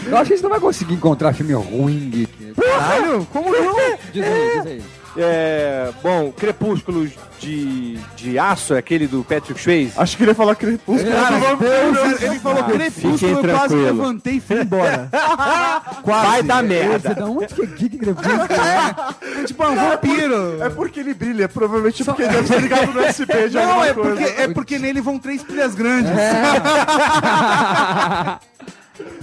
Eu acho que a gente não vai conseguir encontrar filme ruim geek.
Caralho, como não?
Diz aí, diz aí.
É. Bom, Crepúsculos de, de Aço, é aquele do Patrick Swayze.
Acho que ele ia falar
É.
crepúsculo.
Deus, ele falou
fiquem
crepúsculo, eu quase
tranquilo.
levantei e fui embora. Ah,
Vai
Você
dar merda.
da onde que é geek Crepúsculo?
tipo, é um vampiro.
É porque ele brilha, provavelmente porque ele deve ser ligado no SP de
Não,
alguma
é
coisa.
porque, é porque nele vão três pilhas grandes.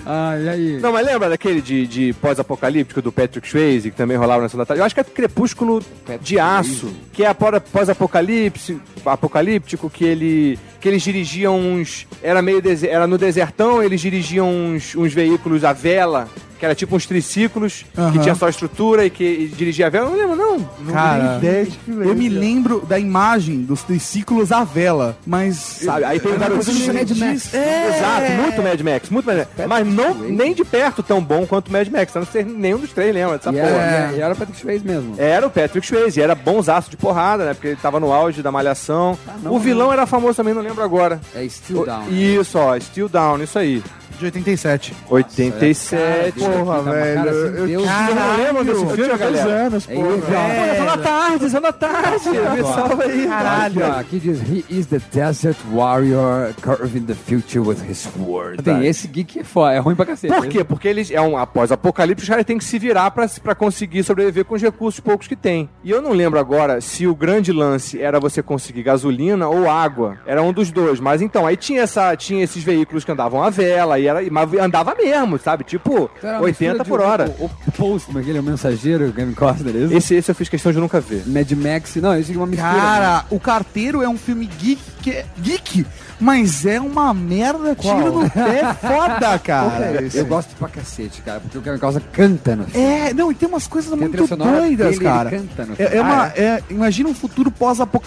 Ah, e aí?
Não, mas lembra daquele de, de pós-apocalíptico do Patrick Swayze, que também rolava na Sessão da Tarde? Eu acho que é Crepúsculo de Aço, que é a pós- pós-apocalipse, apocalíptico, que ele que eles dirigiam uns... Era meio dese- era no desertão, eles dirigiam uns, uns veículos à vela, que era tipo uns triciclos, que
Aham.
tinha só estrutura e que e dirigia a vela. Eu Não lembro, não.
Cara,
ideia de que
eu me lembro da imagem dos triciclos à vela, mas.
Sabe? Aí tem um garotinho.
Mad Max.
É.
Exato, muito Mad Max, muito Mad Max. Mas não, nem de perto tão bom quanto Mad Max. Eu não sei nenhum dos três lembra dessa
E é,
porra.
era, e era o Patrick Swayze mesmo.
Era o Patrick Swayze, era bonzaço de porrada, né? Porque ele tava no auge da malhação.
Ah, não,
o vilão era famoso também, não lembro agora.
É, Still Down.
Isso, ó, Still Down, isso aí.
De 87.
87.
Cara,
Porra,
tá uma cara
velho,
assim,
eu-
Deus.
não lembram desse
Eu tinha
filme,
dois
galera?
anos,
É
pô.
igual.
Pô, só na tarde, só na tarde. Me salva aí.
Aqui, ó, aqui diz, he is the desert warrior carving the future with his sword. Tem esse geek é foda, é ruim pra cacete.
Por quê? Porque eles é um após apocalipse, os caras têm que se virar pra pra conseguir sobreviver com os recursos poucos que tem. E eu não lembro agora se o grande lance era você conseguir gasolina ou água. Era um dos dois, mas então aí tinha essa tinha esses veículos que andavam à vela e era mas andava mesmo, sabe? Tipo
Então era uma
80
mistura de
por
um-
hora.
O, o Postman, aquele é o mensageiro, o Game Costner, é isso?
Esse esse eu fiz questão de nunca ver.
Mad Max, não, esse é uma mistura. né?
Cara, o Carteiro é um filme geek, que é geek mas é uma merda, tiro no pé foda, cara.
Qual que é esse?
eu gosto pra cacete, cara, porque o Game Costner canta no filme.
É, não, e tem umas coisas
Tem a
muito
trilha sonora
doidas,
dele, ele
cara.
canta no filme.
É, é uma,
Ah,
é, imagina um futuro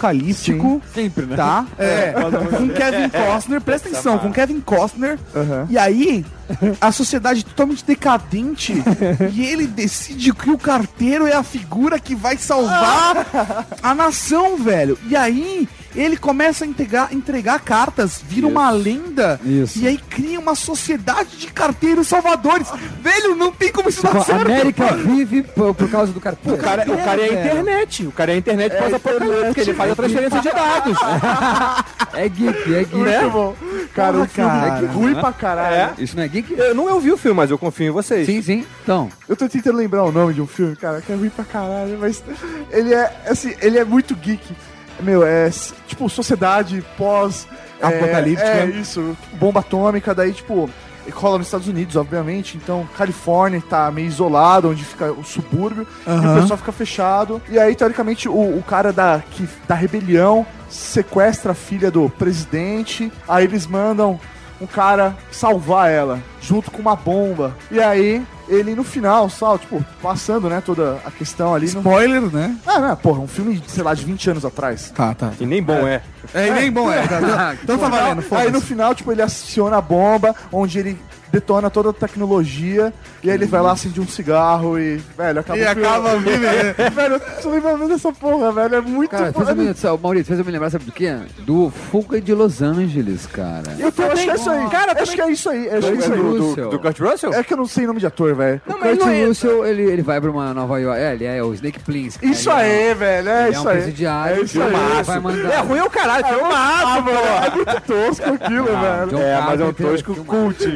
pós-apocalíptico,
Sempre, né?
tá? É, com Kevin
é.
Costner, presta atenção, com Kevin Costner. E aí, a sociedade totalmente decadente, e ele decide que o carteiro é a figura que vai
Ah!
salvar a nação, velho. E aí, ele começa a entregar, entregar cartas, vira uma lenda,
Isso. Ah!
e aí cria uma sociedade de carteiros salvadores. Velho, não tem como isso dar
A
certo.
é América vive por, por causa do cartão.
O cara, o cara é a internet, o cara é a internet pós-apocalipse, porque ele faz a transferência de dados.
É geek, é geek.
Muito bom. Cara,
Porra,
o filme
cara.
é ruim pra caralho.
Isso não é geek?
Eu não eu vi o filme, mas eu confio em vocês.
Sim, sim. Então,
Eu tô tentando lembrar o nome de um filme, cara, que é ruim pra caralho, mas ele é, assim, ele é muito geek. Meu, é s- tipo sociedade pós... é,
Apocalíptica.
É, isso, bomba atômica, daí tipo... Cola nos Estados Unidos, obviamente, então Califórnia tá meio isolado, onde fica o subúrbio, e o pessoal fica fechado. E aí, teoricamente, o, o cara da, que, da rebelião sequestra a filha do presidente, aí eles mandam um cara salvar ela, junto com uma bomba. E aí, ele no final, só, tipo, passando, né, toda a questão ali. Não...
Spoiler, né?
Ah, não, porra, um filme, sei lá, de 20 anos atrás.
Tá, tá.
E nem bom é.
É, e nem bom, é. tá. Então tá valendo,
aí no
foda-se.
final, tipo, ele aciona a bomba, onde ele detona toda a tecnologia, e aí ele vai lá, acende um cigarro e, velho, acaba
E
o filme.
acaba vivendo.
Velho, eu tô lembrando dessa porra, velho, é muito...
cara,
Tipo,
fez eu me, sabe, Maurício, fez eu me lembrar, sabe do quê? Do Fuga de Los Angeles, cara.
Eu tô, acho que é isso aí. Cara, acho que é isso aí. Acho que é isso aí.
Do-
Do Kurt Russell?
É que eu não sei o nome de ator, velho.
O Kurt Russell, ele, ele vai pra uma Nova York. É, ele é o Snake Plissken.
Isso
Ele é-
aí, velho, é
Ele é um
isso aí.
presidiário.
É isso aí.
Ele vai mandar.
É ruim é o caralho, é filmaço,
É
pô.
muito tosco aquilo,
Ah,
velho. É,
John
É, mas é um
Carpenter,
tosco
filmaço,
cult.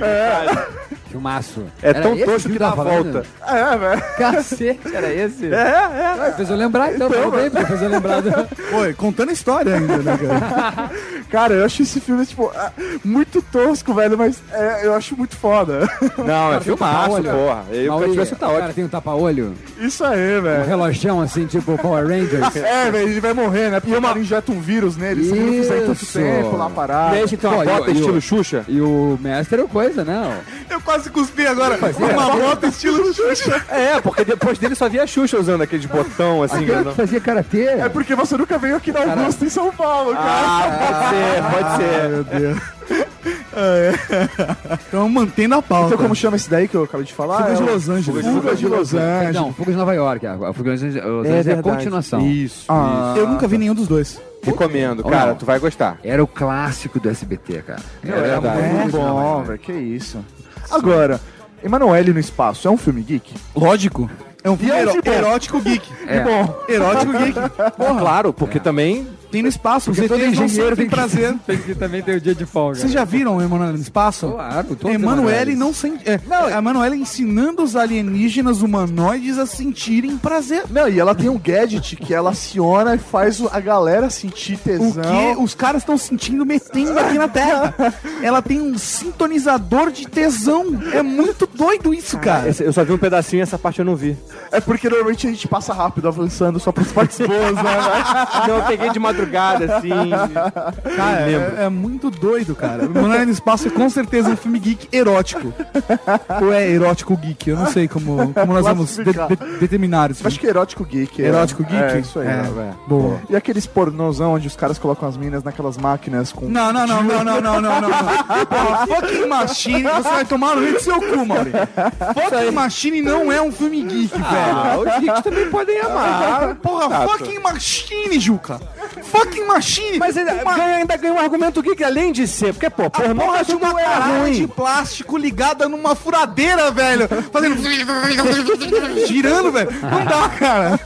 Filmaço.
É
Era
tão
esse
tosco que dá
tava falando?
volta.
É, velho.
Cacete, era esse?
É, é.
Ah, Fez eu lembrar, então. Tudo bem, porque fez eu lembrar. do-
Oi, contando a história ainda, né, cara?
Cara, eu acho esse filme, tipo, ah, muito tosco, velho, mas é, eu acho muito foda.
Não, é filmaço,
olha.
porra. E o Kurt
Maurício,
Russell tá
o
ótimo.
cara tem um tapa-olho,
Isso aí,
um
velho.
relojão assim, tipo Power Rangers.
É, velho, ele vai morrer, né? Porque o cara injeta um vírus nele, se ele não fizer tanto
Isso.
tempo lá parado.
Desde que tem
Pô,
uma
e o-
Ah, bota
e o-
estilo Xuxa.
E o mestre é o coisa, né?
Eu quase cuspi agora. Uma moto estilo Xuxa.
É, porque depois dele só via a Xuxa usando aquele botão assim.
Aquele que fazia karatê.
É porque você nunca veio aqui na Augusta, em São Paulo, cara.
Ah, pode ser, pode ser.
Então mantendo a pauta. Tá
Então, como chama esse daí que eu acabei de falar?
Fuga de
É o-
Los Angeles.
Fuga de Los
Ah,
Angeles.
Não, Fuga de Nova York. A a Fuga de Los Angeles é, a continuação.
Isso,
Ah, eu nunca vi nenhum dos dois.
isso. Recomendo,
Ou
cara,
não.
tu vai gostar.
Era o clássico do SBT, cara.
É verdade.
muito
É bom,
original,
velho, que isso. Agora, Emanuele no Espaço é um filme geek?
Lógico. É um filme
é
ero-
de bom.
erótico geek.
É.
Bom, erótico geek.
Claro, porque também
Tem no espaço. Os
Porque todo
ETs não
engenheiro
sentem
tem
prazer.
que, tem que também ter o dia de folga.
Vocês já viram Emanuele no espaço?
Claro, todos
Emanuele
os
não sente. É, a Emanuele ensinando os alienígenas humanoides a sentirem prazer.
Não, e ela tem um gadget que ela aciona e faz o- a galera sentir
O
tesão.
que os caras estão sentindo metendo aqui na Terra. Ela tem um sintonizador de tesão. É muito doido isso, cara.
esse- eu só vi um pedacinho essa parte eu não vi.
É porque normalmente a gente passa rápido avançando só pras partes boas, né?
Não, Então eu peguei de madrugada, assim.
Cara, é, é muito doido, cara. Mulher no Espaço é com certeza um filme geek erótico. Ou é erótico geek? Eu não sei como, como nós vamos de- de- determinar isso.
Acho que erótico geek. é.
Erótico geek?
É, isso aí.
É.
né, velho.
Boa.
E aqueles pornozão onde os caras colocam as minas naquelas máquinas com...
Não, não, não, não, não, não, não, não. Porra, fucking Machine, você vai tomar no meio do seu cu, Maurício. Fucking Machine não é um filme geek,
Ah, os geeks também podem amar.
velho. Porra, fucking Machine, Juca. Fucking Machine.
Mas ainda,
uma
ganha, ainda ganha um argumento geek além de ser. Porque, pô,
a
pornô
porra de
assunto
uma
é
caralho de
ruim.
plástico ligada numa furadeira, velho. Fazendo... Girando, velho. Não dá, cara.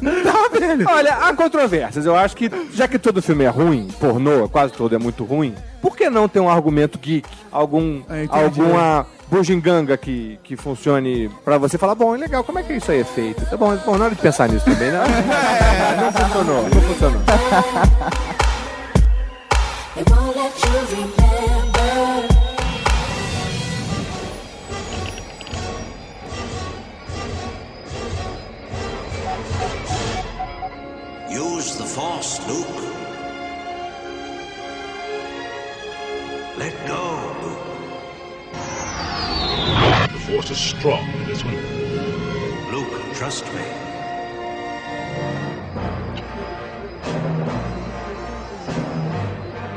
Não dá, Tá, velho.
Olha, há controvérsias. Eu acho que, já que todo filme é ruim, pornô, quase todo é muito ruim, por que não ter um argumento geek? Algum,
Ah, entendi.
alguma bujinganga que, que funcione pra você falar, bom, é legal, como é que isso aí é feito? Tá bom, bom, na hora de pensar nisso também, né? Não funcionou, não funcionou.
They won't let you remember.
Use the force, Luke. Let go, Luke.
The force is strong in his weak.
Luke, trust me.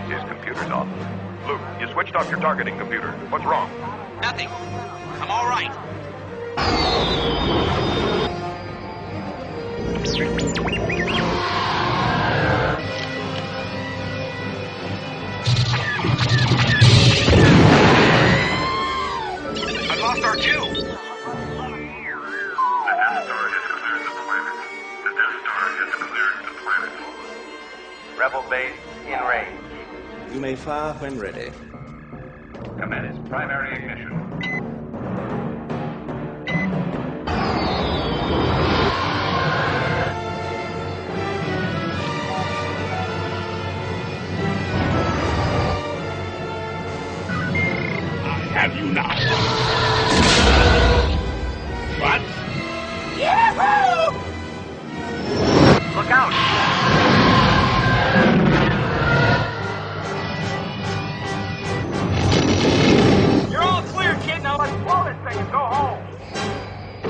His computer's off. Luke, you switched off your targeting computer. What's wrong?
Nothing. I'm all right.
I lost our cue. The Death Star has cleared the planet. The Death Star has cleared the planet.
Rebel base in range.
You may fire when ready.
Commence primary ignition. Have you now? What? Look out!
You're all clear, kid. Now let's blow this thing and go home.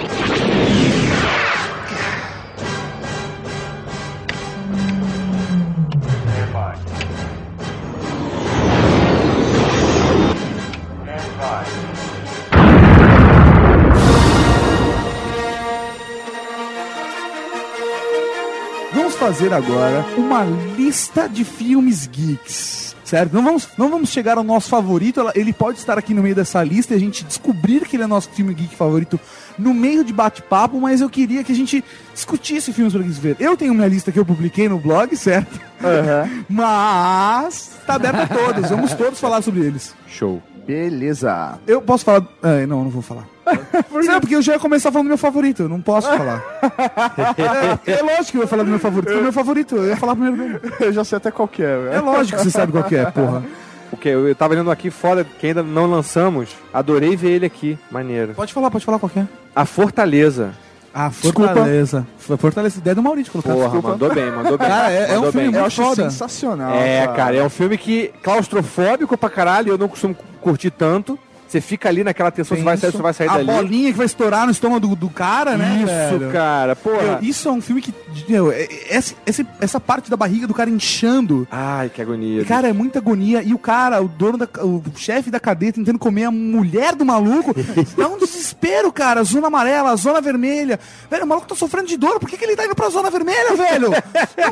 Vamos fazer agora uma lista de filmes geeks. Certo? Não vamos, não vamos chegar ao nosso favorito. ela- Ele pode estar aqui no meio dessa lista e a gente descobrir que ele é nosso filme geek favorito no meio de bate-papo, mas eu queria que a gente discutisse filmes pra geeks ver. Eu tenho minha lista que eu publiquei no blog, certo? Mas tá aberta a todos. Vamos todos falar sobre eles.
Show.
é.
Beleza.
Eu posso falar. Ah, não, eu não vou falar. Não, porque eu já ia começar falando do meu favorito, eu não posso falar. é, é lógico que eu ia falar do meu favorito, foi o meu favorito, eu ia falar primeiro dele.
Eu já sei até qual que é,
É
velho.
lógico que você sabe qual que é, porra.
Porque eu eu tava olhando aqui fora, que ainda não lançamos. Adorei ver ele aqui. Maneiro.
Pode falar, pode falar qual que é.
A Fortaleza.
Ah, Fortaleza. Foi Fortaleza, ideia do Maurício colocar.
Porra,
Ah, desculpa.
mandou bem, mandou bem.
Cara, é- é um
mandou
filme
bem.
Eu acho
Foda.
sensacional.
É,
Ah, tá.
cara, é um filme que claustrofóbico pra caralho, eu não costumo cu- curtir tanto. Você fica ali naquela tensão, você vai sair, você vai sair
a
dali.
bolinha que vai estourar no estômago do, do cara, né?
Isso,
velho?
cara, porra.
Meu, isso é um filme que. meu, é- é- esse- esse- essa parte da barriga do cara inchando
Ai, que agonia.
né?
E, Cara, é muita agonia. E o cara, o dono da. O chefe da cadeia tá tentando comer a mulher do maluco. Dá um desespero, cara. Zona amarela, zona vermelha. Velho, o maluco tá sofrendo de dor. Por que, que ele tá indo pra zona vermelha, velho? Não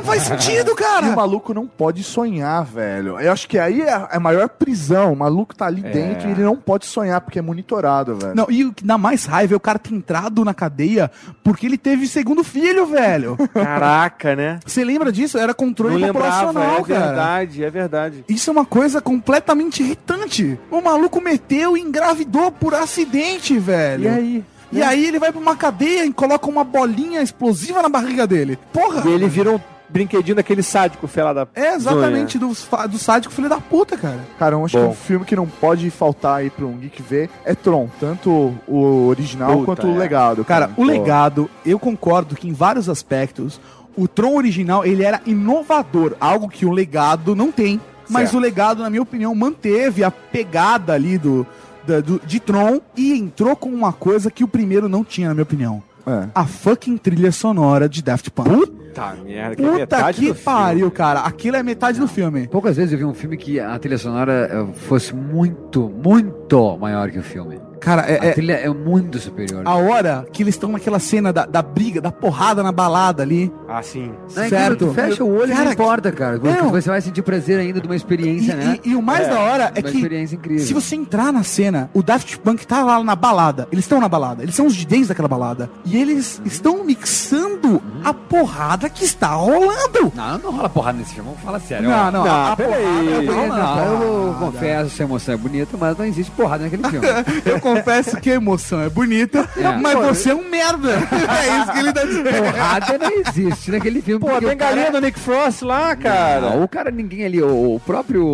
faz sentido,
E o
cara.
maluco não pode sonhar, velho. Eu acho que aí é a maior prisão. O maluco tá
É.
ali dentro e ele não pode sonhar porque é monitorado, velho.
Não, e o que dá mais raiva é o cara ter entrado na cadeia porque ele teve segundo filho, velho.
Caraca, né?
Você lembra disso? Era
Não
controle
lembrava,
populacional,
é
cara.
verdade, é verdade.
Isso é uma coisa completamente irritante. O maluco meteu e engravidou por acidente, velho.
E aí? né?
E aí ele vai pra uma cadeia e coloca uma bolinha explosiva na barriga dele. Porra!
E ele vira um brinquedinho daquele sádico, fela da...
É exatamente do, fa- do sádico filho da puta, cara.
Cara, eu acho
Bom.
que um filme que não pode faltar aí pra um geek ver é Tron. Tanto o original
Puta,
quanto o
é.
legado.
Cara, o legado, eu concordo que em vários aspectos o Tron original, ele era inovador, algo que o legado não tem. Mas
Certo.
o legado, na minha opinião, manteve a pegada ali do, da- do- de Tron e entrou com uma coisa que o primeiro não tinha, na minha opinião.
é.
A fucking trilha sonora de Daft Punk.
Tá, merda, que é
Puta
metade
que
do filme.
pariu, cara. Aquilo é metade do filme.
Poucas vezes eu vi um filme que a trilha sonora eh, fosse muito, muito maior que o filme.
Cara, é-
a
é- Ah,
trilha é muito superior.
A hora que eles estão naquela cena da, da briga, da porrada na balada ali.
Ah, sim.
Não é que
certo.
tu Fecha o olho e
Cara,
não importa, cara. Porque
não.
Você vai sentir prazer ainda de uma experiência,
E-
né?
e- e o mais da hora é
uma
que
experiência incrível.
Se você entrar na cena, o Daft Punk tá lá na balada. Eles estão na balada. Eles são os DJs daquela balada. E
Uhum.
eles estão mixando a porrada que está rolando.
Não, não rola porrada nesse filme, vamos falar sério. ó.
Não, não.
Não,
a- a
peraí.
porrada
Eu,
tá rolando, cara.
eu confesso, essa emoção é bonita, mas não existe porrada naquele filme.
Eu confesso que a emoção é bonita,
É.
mas você é um merda. É isso que ele tá dizendo.
porrada não existe naquele filme.
Pô, a
porque o cara- é
bengalinha do Nick Frost lá, cara.
Ah, o cara, ninguém ali, o, o próprio.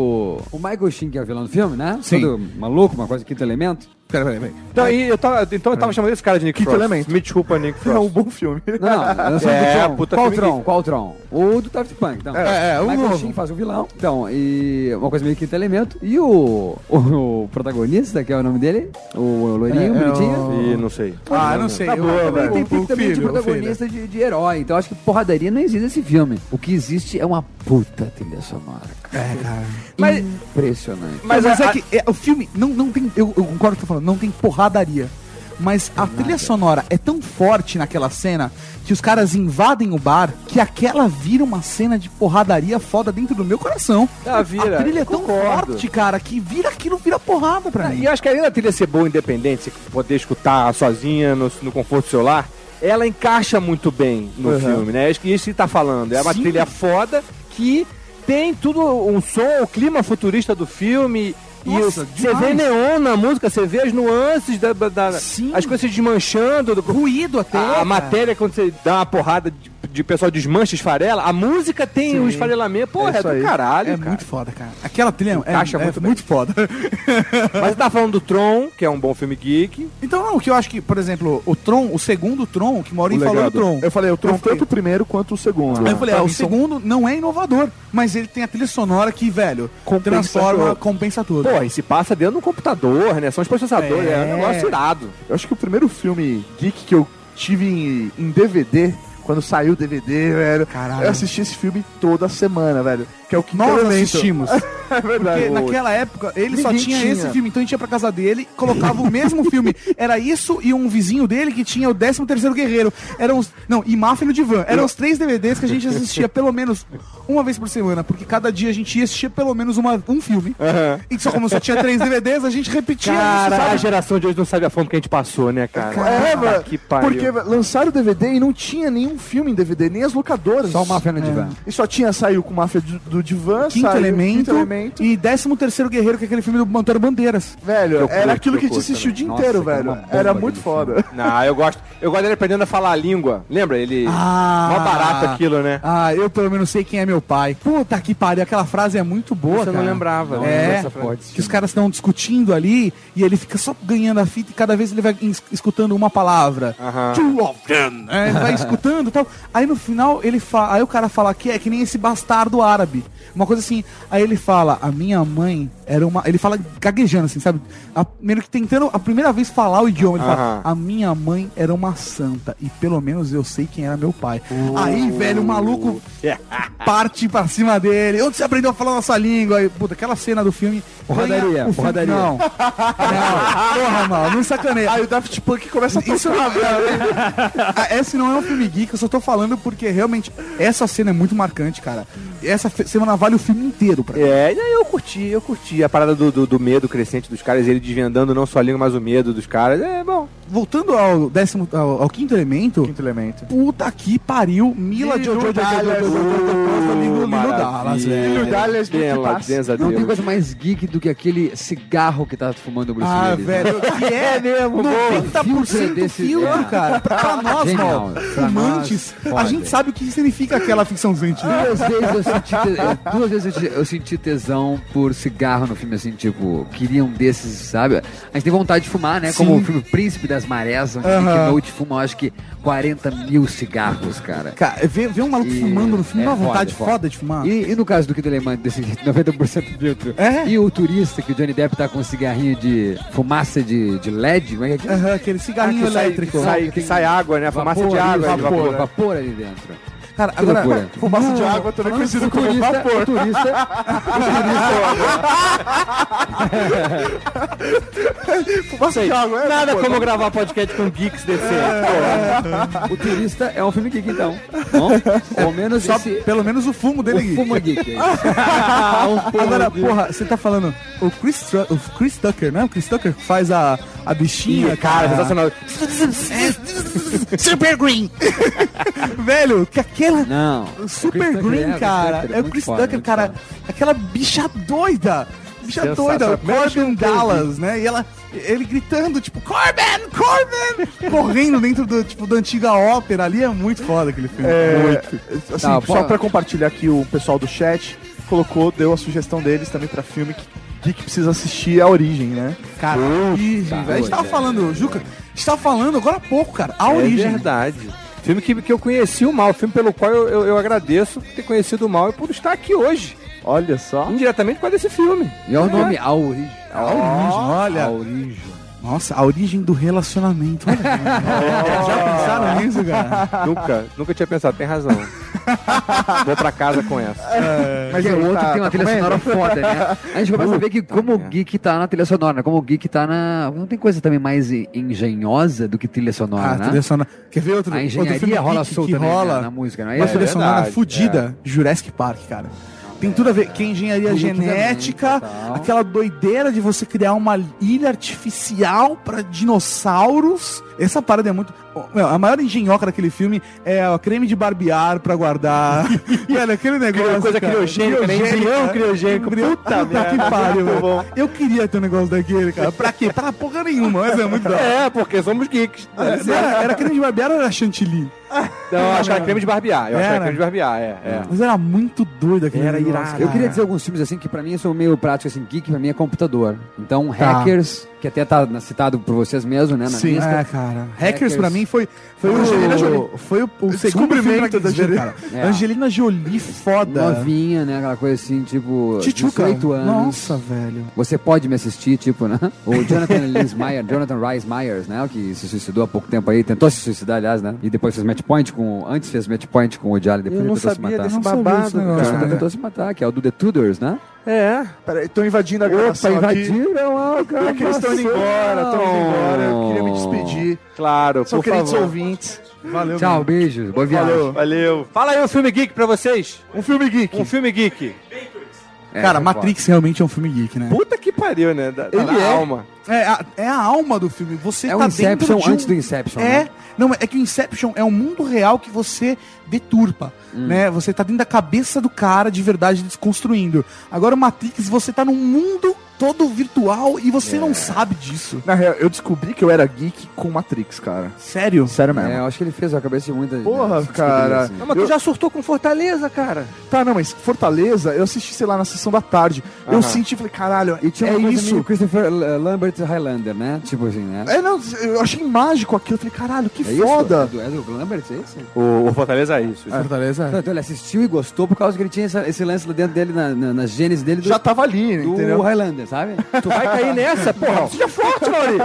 O Michael Sheen, que é o vilão do filme, né?
Sim.
Todo maluco, uma coisa, quinto elemento.
Peraí, peraí, peraí.
Então, e eu tava, então eu
É.
tava chamando esse cara de Nick Frost.
elemento.
Me desculpa, Nick Frost.
É um bom filme.
Não, não, eu não sou
É,
do Tron.
puta
Qual
filme
Tron? Qual Tron? O do Daft Punk. Então.
É, é, o
Michael
novo.
Sheen faz o vilão. Então, e uma coisa meio quinto elemento. E o, o, protagonista, que é o nome dele, o
É,
loirinho, bonitinho.
E não sei.
Ah, não
Tá
sei. eu- eu
Também tem
entendi
pique também de protagonista de, de herói. Então acho que porradaria não existe nesse filme. O que existe é uma puta trilha sonora. É, Cara.
Mas-
Impressionante.
Mas,
Mas
mas
a-
é que é, o filme não, não tem. Eu, eu concordo com o que você tá falando, não tem porradaria. Mas a trilha sonora é tão forte naquela cena que os caras invadem o bar que aquela vira uma cena de porradaria foda dentro do meu coração.
Ah, vira,
a trilha é
eu
tão
concordo.
forte, cara, que vira aquilo, vira porrada pra mim.
Ah, E acho que além da trilha ser boa independente, você poder escutar sozinha no, no conforto do seu lar, ela encaixa muito bem no filme, né? Acho que isso que tá falando. É uma
Uhum. Sim.
trilha foda que tem tudo, um som, o clima futurista do filme.
Nossa,
e o- você vê
demais.
neon na música, você vê as nuances da, da-
Sim.
as coisas se desmanchando, do,
Ruído até.
a, Ah, a
cara.
matéria, quando você dá uma porrada de, de pessoal desmancha, esfarela, a música tem o esfarelamento. Porra, é,
isso
do
aí.
caralho,
É
cara.
muito foda, cara. Aquela trilha é,
Encaixa
é
muito bem.
muito foda.
Mas você tá falando do Tron, que é um bom filme geek.
Então, não, o que eu acho que, por exemplo, o Tron, o segundo Tron, que Maurinho falou do Tron.
Eu falei, eu
Eu
troco
falei-
tanto o primeiro quanto o segundo.
Aí eu falei,
Pra
ah, o
mim são-
segundo não é inovador, mas ele tem a trilha sonora que, velho,
Compensa
transforma,
tudo.
compensa tudo.
Pô, e se passa dentro do computador, né? São os processadores, é, um negócio irado.
Eu acho que o primeiro filme geek que eu tive em, em DVD, quando saiu o DVD, velho.
Caralho.
Eu assisti esse filme toda semana, velho. Que é o que
Nós
eu lembro.
assistimos.
É verdade.
Porque naquela época ele só
Ninguém
tinha,
tinha.
esse filme, então a gente ia pra casa dele, colocava o mesmo filme. Era isso e um vizinho dele que tinha o 13 terceiro Guerreiro. Eram os, não, e Máfia no Divã. Eram os três DVDs que a gente assistia pelo menos uma vez por semana, porque cada dia a gente ia assistir pelo menos uma, um filme. E só como só tinha três DVDs, a gente
é
repetia isso,
Cara, a
sabe?
geração de hoje não sabe a fome que a gente passou, né, cara?
É, mano,
que pariu.
porque velho, lançaram o DVD e não tinha nenhum filme em DVD, nem as locadoras.
Só uma fé no divã.
E só tinha, saiu com Máfia do, do Divã,
Quinto,
saiu
elemento,
Quinto Elemento.
e 13 terceiro Guerreiro, que é aquele filme do Antônio Bandeiras.
Velho,
Eu curto,
era aquilo que
eu
a gente
curto
assistiu o dia
também.
inteiro,
Nossa,
velho.
que uma bomba
Era
aquele
muito
filme.
foda.
Não, eu gosto. Eu gosto dele aprendendo a falar a língua. Lembra? Ele.
Ah.
Mó barato aquilo, né?
Ah, eu pelo menos sei quem é meu pai. Puta que pariu, aquela frase é muito boa,
Você não
cara.
lembrava, não
é,
lembrava essa frase.
que os caras estão discutindo ali e ele fica só ganhando a fita e cada vez ele vai es- escutando uma palavra.
Aham.
Two of them. É, ele vai escutando e tal. Aí no final ele fala, aí o cara fala que é que nem esse bastardo árabe. Uma coisa assim. Aí ele fala, a minha mãe era uma, ele fala gaguejando assim, sabe? A, meio que tentando a primeira vez falar o idioma, ele fala,
Aham.
a minha mãe era uma santa e pelo menos eu sei quem era meu pai. Aí, velho, o maluco parte pra cima dele. Onde você aprendeu a falar nossa língua? Aí, puta, aquela cena do filme.
Porradaria,
ganha o filme-
porradaria.
Não. não. Porra, mal, não sacaneia.
Aí o Daft Punk começa a
Isso
tocar,
Ah, Esse não é um filme geek, eu só tô falando porque realmente essa cena é muito marcante, cara. Essa fe- semana vale o filme inteiro pra mim.
É, e aí eu curti, eu curti. A parada do, do, do medo crescente dos caras, ele desvendando não só a língua, mas o medo dos caras. É bom.
Voltando ao décimo, ao, ao quinto elemento,
Quinto elemento.
puta que pariu, Mila
Lilo
Jojo
Dallas.
Lilo Dallas, velho. é
Lilo Dallas,
Pela
Dallas.
presença
Não tem
dele.
coisa mais geek do que aquele cigarro que tá fumando o Bruce
Ah,
Willis, né?
velho, que é, mesmo, 90%
Filtro desse-
filtro,
é.
cara. Pra nós,
Genial.
mal,
Pra
fumantes,
nós,
a
foda.
gente sabe o que né? significa aquela ficção científica.
Duas vezes, eu senti, te- duas vezes eu te- eu senti tesão por cigarro cigarro no filme, assim, tipo, queria um desses, sabe? A gente tem vontade de fumar, né? Como
Sim.
o filme Príncipe das Marés, onde
Aham.
Nick Nolte fuma, acho que 40 mil cigarros, cara.
Cara, ver, ver um maluco fumando no filme
é
dá uma vontade
foda,
foda,
é
de fumar.
E, e no caso do Kid Alemanha, desse 90% filtro,
É?
e o turista que o Johnny Depp tá com um cigarrinho de fumaça de, de LED, como é que é?
Aham, aquele cigarrinho
Ah, que sai-
elétrico.
que sai-
que sai água, né? A fumaça de água,
ali,
de
vapor,
vapor,
vapor,
né?
ali dentro.
Cara,
Que
agora,
loucura.
Fumaça de água também é
é
Falando
conhecido
do
como
turista,
vapor.
O turista,
Fumaça de água, é
Nada
vapor,
como
não.
gravar podcast com geeks desse.
o turista é um filme geek, então. Bom, pelo menos
só Ah,
esse...
pelo menos o fumo dele
O
aqui. um
Fuma Geek. é isso.
Agora, porra, você tá falando o Chris, Tru- o Chris Tucker, né? O Chris Tucker que faz a, a bichinha.
Cara, tá sensacional.
Super Green! Velho, que aquela.
Não.
O
o
Super
Chris Tucker
Green,
é,
cara. É o
muito
Chris
foda,
Tucker,
muito
cara.
foda.
Aquela bicha doida. Bicha
Sensacional.
doida.
Primeiro
Corbin Dallas, né? E ela, ele gritando, tipo, Corbin, Corbin! Correndo dentro do, tipo, da antiga ópera ali. É muito foda aquele filme.
É, assim,
Tá,
só
bora.
pra compartilhar aqui o pessoal do chat colocou, deu a sugestão deles também pra filme que Geek precisa assistir a origem, né?
Cara, origem,
tá,
velho. A gente tava
é,
falando, Juca, a gente tava falando agora há pouco, cara. A
É
origem.
verdade. Filme que, que eu conheci o mal, filme pelo qual eu, eu, eu agradeço por ter conhecido o mal e por estar aqui hoje.
Olha só.
Indiretamente por causa desse filme.
E olha o nome, A Origem.
A origem, olha.
A Origem.
Nossa, a origem do relacionamento. Olha, Já pensaram nisso,
né?
cara?
Nunca, nunca tinha pensado, tem razão. Vou pra casa com essa.
Mas o outro
tá
tem uma trilha sonora foda, né? A gente começa a ver que como o
merda.
geek tá na trilha sonora, né? como o geek tá na... Não tem coisa também mais i- engenhosa do que trilha sonora,
Ah,
né?
trilha sonora. Quer ver outro,
A
outro filme
engenharia rola
geek
solta
que
né,
rola?
na, na música, não é
Uma
isso?
trilha sonora
verdade,
fodida, Jurassic Park, cara. Tem tudo a ver, que é engenharia
Tudo também,
genética,
total.
aquela doideira de você criar uma ilha artificial pra dinossauros. Essa parada é muito. Ô, meu, a maior engenhoca daquele filme é o creme de barbear pra guardar. e olha, aquele negócio.
coisa
cara.
criogênica, né? Embrião criogênico.
Embrião.
Tá
Puta
Puta
merda.
que pariu, meu. Eu queria ter um negócio daquele, cara. Pra quê? Pra porra nenhuma, mas é muito da hora. É,
É, porque somos geeks. Não,
Não, Era, era creme de barbear ou era chantilly?
eu acho que era creme de barbear. Eu acho que
Era.
era creme de barbear, é.
Mas era muito doido aquele
Era
negócio,
irado.
cara.
Eu queria dizer alguns filmes assim que pra mim são meio práticos, assim, geek pra mim é computador. Então, Hackers, que até tá na- citado por vocês mesmo, né? Na
Sim,
lista.
é, cara. Hackers, pra mim foi, foi,
Foi Angelina
o,
Jolie.
foi o, o segundo
Descobrimento
filme pra
da
dizer,
Angelina.
cara.
É.
Angelina Jolie foda.
Novinha, né? Aquela coisa assim, tipo,
Tchutchuca.
18 anos.
Nossa, velho.
Você pode me assistir, tipo, né? O Jonathan Lins Meyer, Jonathan Rice Myers, né? O que se suicidou há pouco tempo aí, tentou se suicidar, aliás, né? E depois fez match point com. Antes fez match point com o Jolly, depois
Eu
ele
não
tentou se
sabia
matar.
desse
Não sabia desse
babado,
negócio,
Ele
cara.
tentou se matar, que é o do The Tudors, né?
É.
Peraí, estão invadindo a
Opa,
gravação aqui.
invadiram a
É que eles estão indo embora, estão indo embora. Eu queria me despedir.
Claro,
São
por
queridos
favor.
ouvintes. Valeu.
Tchau, beijos, boa viagem.
Valeu.
Fala aí um filme geek pra vocês.
Um filme geek.
Um filme geek.
É,
cara,
foi
Matrix realmente é um filme geek, né?
Puta que pariu, né? Da,
Ele
da
é.
alma.
É a, é a alma do filme. Você
foda. É
tá
o
dentro
Inception
de um...
antes do Inception.
É,
né?
não, é que o Inception é um mundo real que você deturpa,
Hum.
né? Você tá dentro da cabeça do cara de verdade desconstruindo. Agora o Matrix, você tá num mundo todo virtual e você
É.
não sabe disso.
Na real, eu descobri que eu era geek com Matrix, cara.
Sério?
Sério mesmo.
É, eu acho que ele fez a cabeça de muita gente.
Porra, cara.
assim.
Não, mas tu já surtou com Fortaleza, cara.
Tá, não, mas Fortaleza, eu assisti, sei lá, na sessão da tarde. Eu
Aham.
senti, falei, caralho,
E tinha
é
uma coisa
isso.
meio Christopher eh, Lambert Highlander, né? Tipo assim, né?
É, não, eu achei mágico aquilo. Eu falei, caralho, que
É isso?
foda.
É do, é do Lambert, é isso?
O, Fortaleza é isso.
Fortaleza.
Não, então ele assistiu e gostou por causa que ele tinha essa- esse lance lá dentro dele, na, na, na gênese dele do,
Já tava ali, né,
do
entendeu?
Highlander, sabe?
Tu vai cair nessa, porra. Seja forte, Mauri.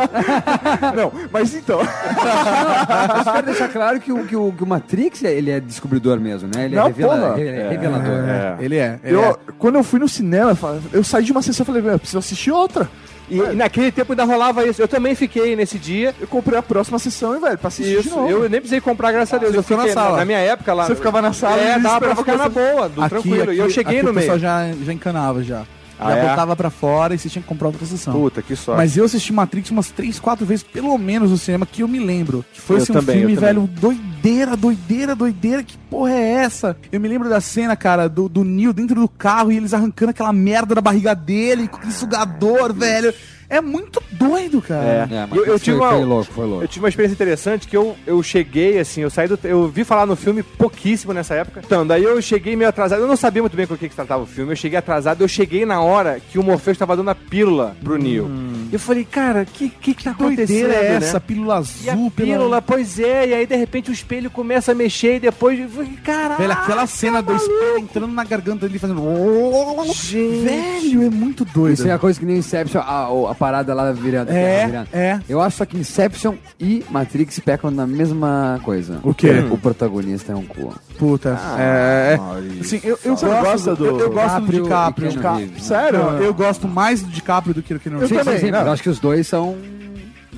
Não, mas então.
Mas quero deixar claro que o, que o, que o Matrix, ele é descobridor mesmo, né? Ele é,
Não,
revela,
porra.
re- é revelador. né?
É.
Ele é. Ele
eu,
é.
Quando eu fui no cinema, eu falei- eu saí de uma sessão e falei, "Meu, eu preciso assistir outra.
E, e naquele tempo ainda rolava isso. Eu também fiquei nesse dia.
Eu comprei a próxima sessão e, velho, pra assistir de
Isso,
novo.
eu nem precisei comprar, graças a Deus.
você
Eu
ficou
fiquei
na
na
sala.
Na minha época lá.
Você ficava na sala
É,
e
dava pra
esperava
ficar na
começar-
boa, do tranquilo. e eu cheguei
aqui
no
o pessoal
meio.
já, já encanava já.
Ah,
já
é?
botava pra fora e você tinha que comprar outra sessão.
Puta, que sorte.
Mas eu assisti Matrix umas 3, 4 vezes, pelo menos, no cinema, que eu me lembro. Que foi
Eu
assim, um
também,
filme,
eu
velho, doideira, doideira, doideira. Que porra é essa? Eu me lembro da cena, cara, do, do Neo dentro do carro e eles arrancando aquela merda da barriga dele, com aquele um sugador, velho. É muito doido, cara.
É, mas
eu, eu
foi-
tive
foi
uma,
louco, foi louco.
Eu tive uma experiência interessante que eu, eu cheguei, assim, eu saí do. Eu vi falar no filme pouquíssimo nessa época. Então, daí eu cheguei meio atrasado. Eu não sabia muito bem com o que, que se tratava o filme. Eu cheguei atrasado, eu cheguei na hora que o Morpheus tava dando a pílula pro Neo. E eu falei, cara, que, que, que tá acontecendo?
Hum. Doideira é essa,
né?
pílula
E a
azul,
pílula, pois é, e aí de repente o espelho começa a mexer e depois. eu falei, Caralho!
Velho, aquela cena do espelho entrando na garganta dele fazendo. "Oh!" Velho, é muito doido.
Isso é uma coisa que nem Inception, a, o- a parada lá virando.
É,
virando.
é.
Eu acho só que Inception e Matrix pecam na mesma coisa.
O quê?
O protagonista é um cu.
Puta. é, é. Assim, eu, eu
não
gosto
gosta
do,
do
eu, eu gosto do DiCaprio.
DiCaprio e Keanu
Ca-
Reeves, né?
Sério?
Não, não.
Eu gosto mais do DiCaprio do que do Keanu
Eu
Reeves.
também.
Sim, sim,
não.
eu acho que os dois são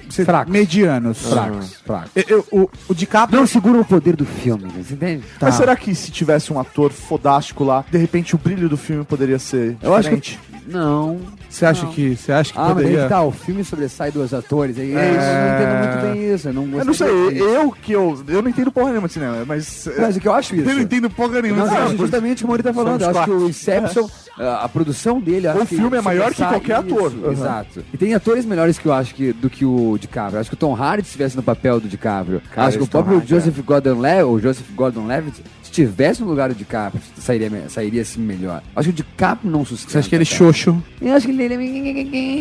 Você-
Fracos. Ah.
Medianos.
fracos. fracos.
Eu- eu- o, o DiCaprio.
Não seguram o poder do filme, né? Você entende?
Mas será que se tivesse um ator fodástico lá, de repente o brilho do filme poderia ser
Eu acho
diferente?
que. Não.
Você acha que. Você acha que
Ah, mas aí
poderia.
que tá, o filme sobressai dos atores. É, é isso, eu não entendo muito bem isso. Eu não,
Eu não sei,
gostaria disso.
eu, eu que eu, eu não entendo porra nenhuma de cinema, mas... é,
Mas o que eu acho isso?
Eu não entendo porra nenhuma.
Não, eu
sabe?
acho justamente o que o Maurício tá falando. Eu acho que o Inception, a a produção dele... eu acho
O
que
filme é maior que
sobressai
qualquer ator.
isso,
Uhum.
Exato. E tem atores melhores que eu acho que do que o DiCaprio. Eu Acho que o Tom Hardy estivesse no papel do DiCaprio. acho que o
esse Tom
próprio
Hardy, é.
Joseph Gordon-Levitt, ou Joseph Gordon-Levitt, se estivesse no lugar do DiCaprio, sairia, me- sairia assim melhor. Acho que o DiCaprio não sustenta.
Você acha que ele é
cara.
xoxo?
Eu acho que ele ele é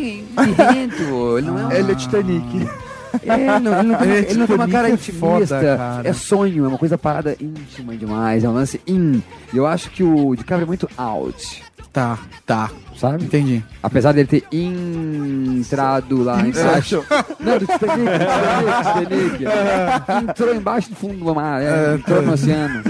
birrento, ele não é um-
Ah.
Ele é Titanic.
é, não, ele não tem,
É,
ele não tem uma
Titanic
cara
é
intimista.
foda, cara.
É sonho, é uma coisa parada íntima demais. É um lance in. E eu acho que o DiCaprio é muito out,
Tá, tá.
sabe?
Entendi.
Apesar dele ter entrado lá embaixo. Não, do Titanic, do Titanic, do
É.
Titanic. Entrou embaixo do fundo do mar, é, entrou no oceano.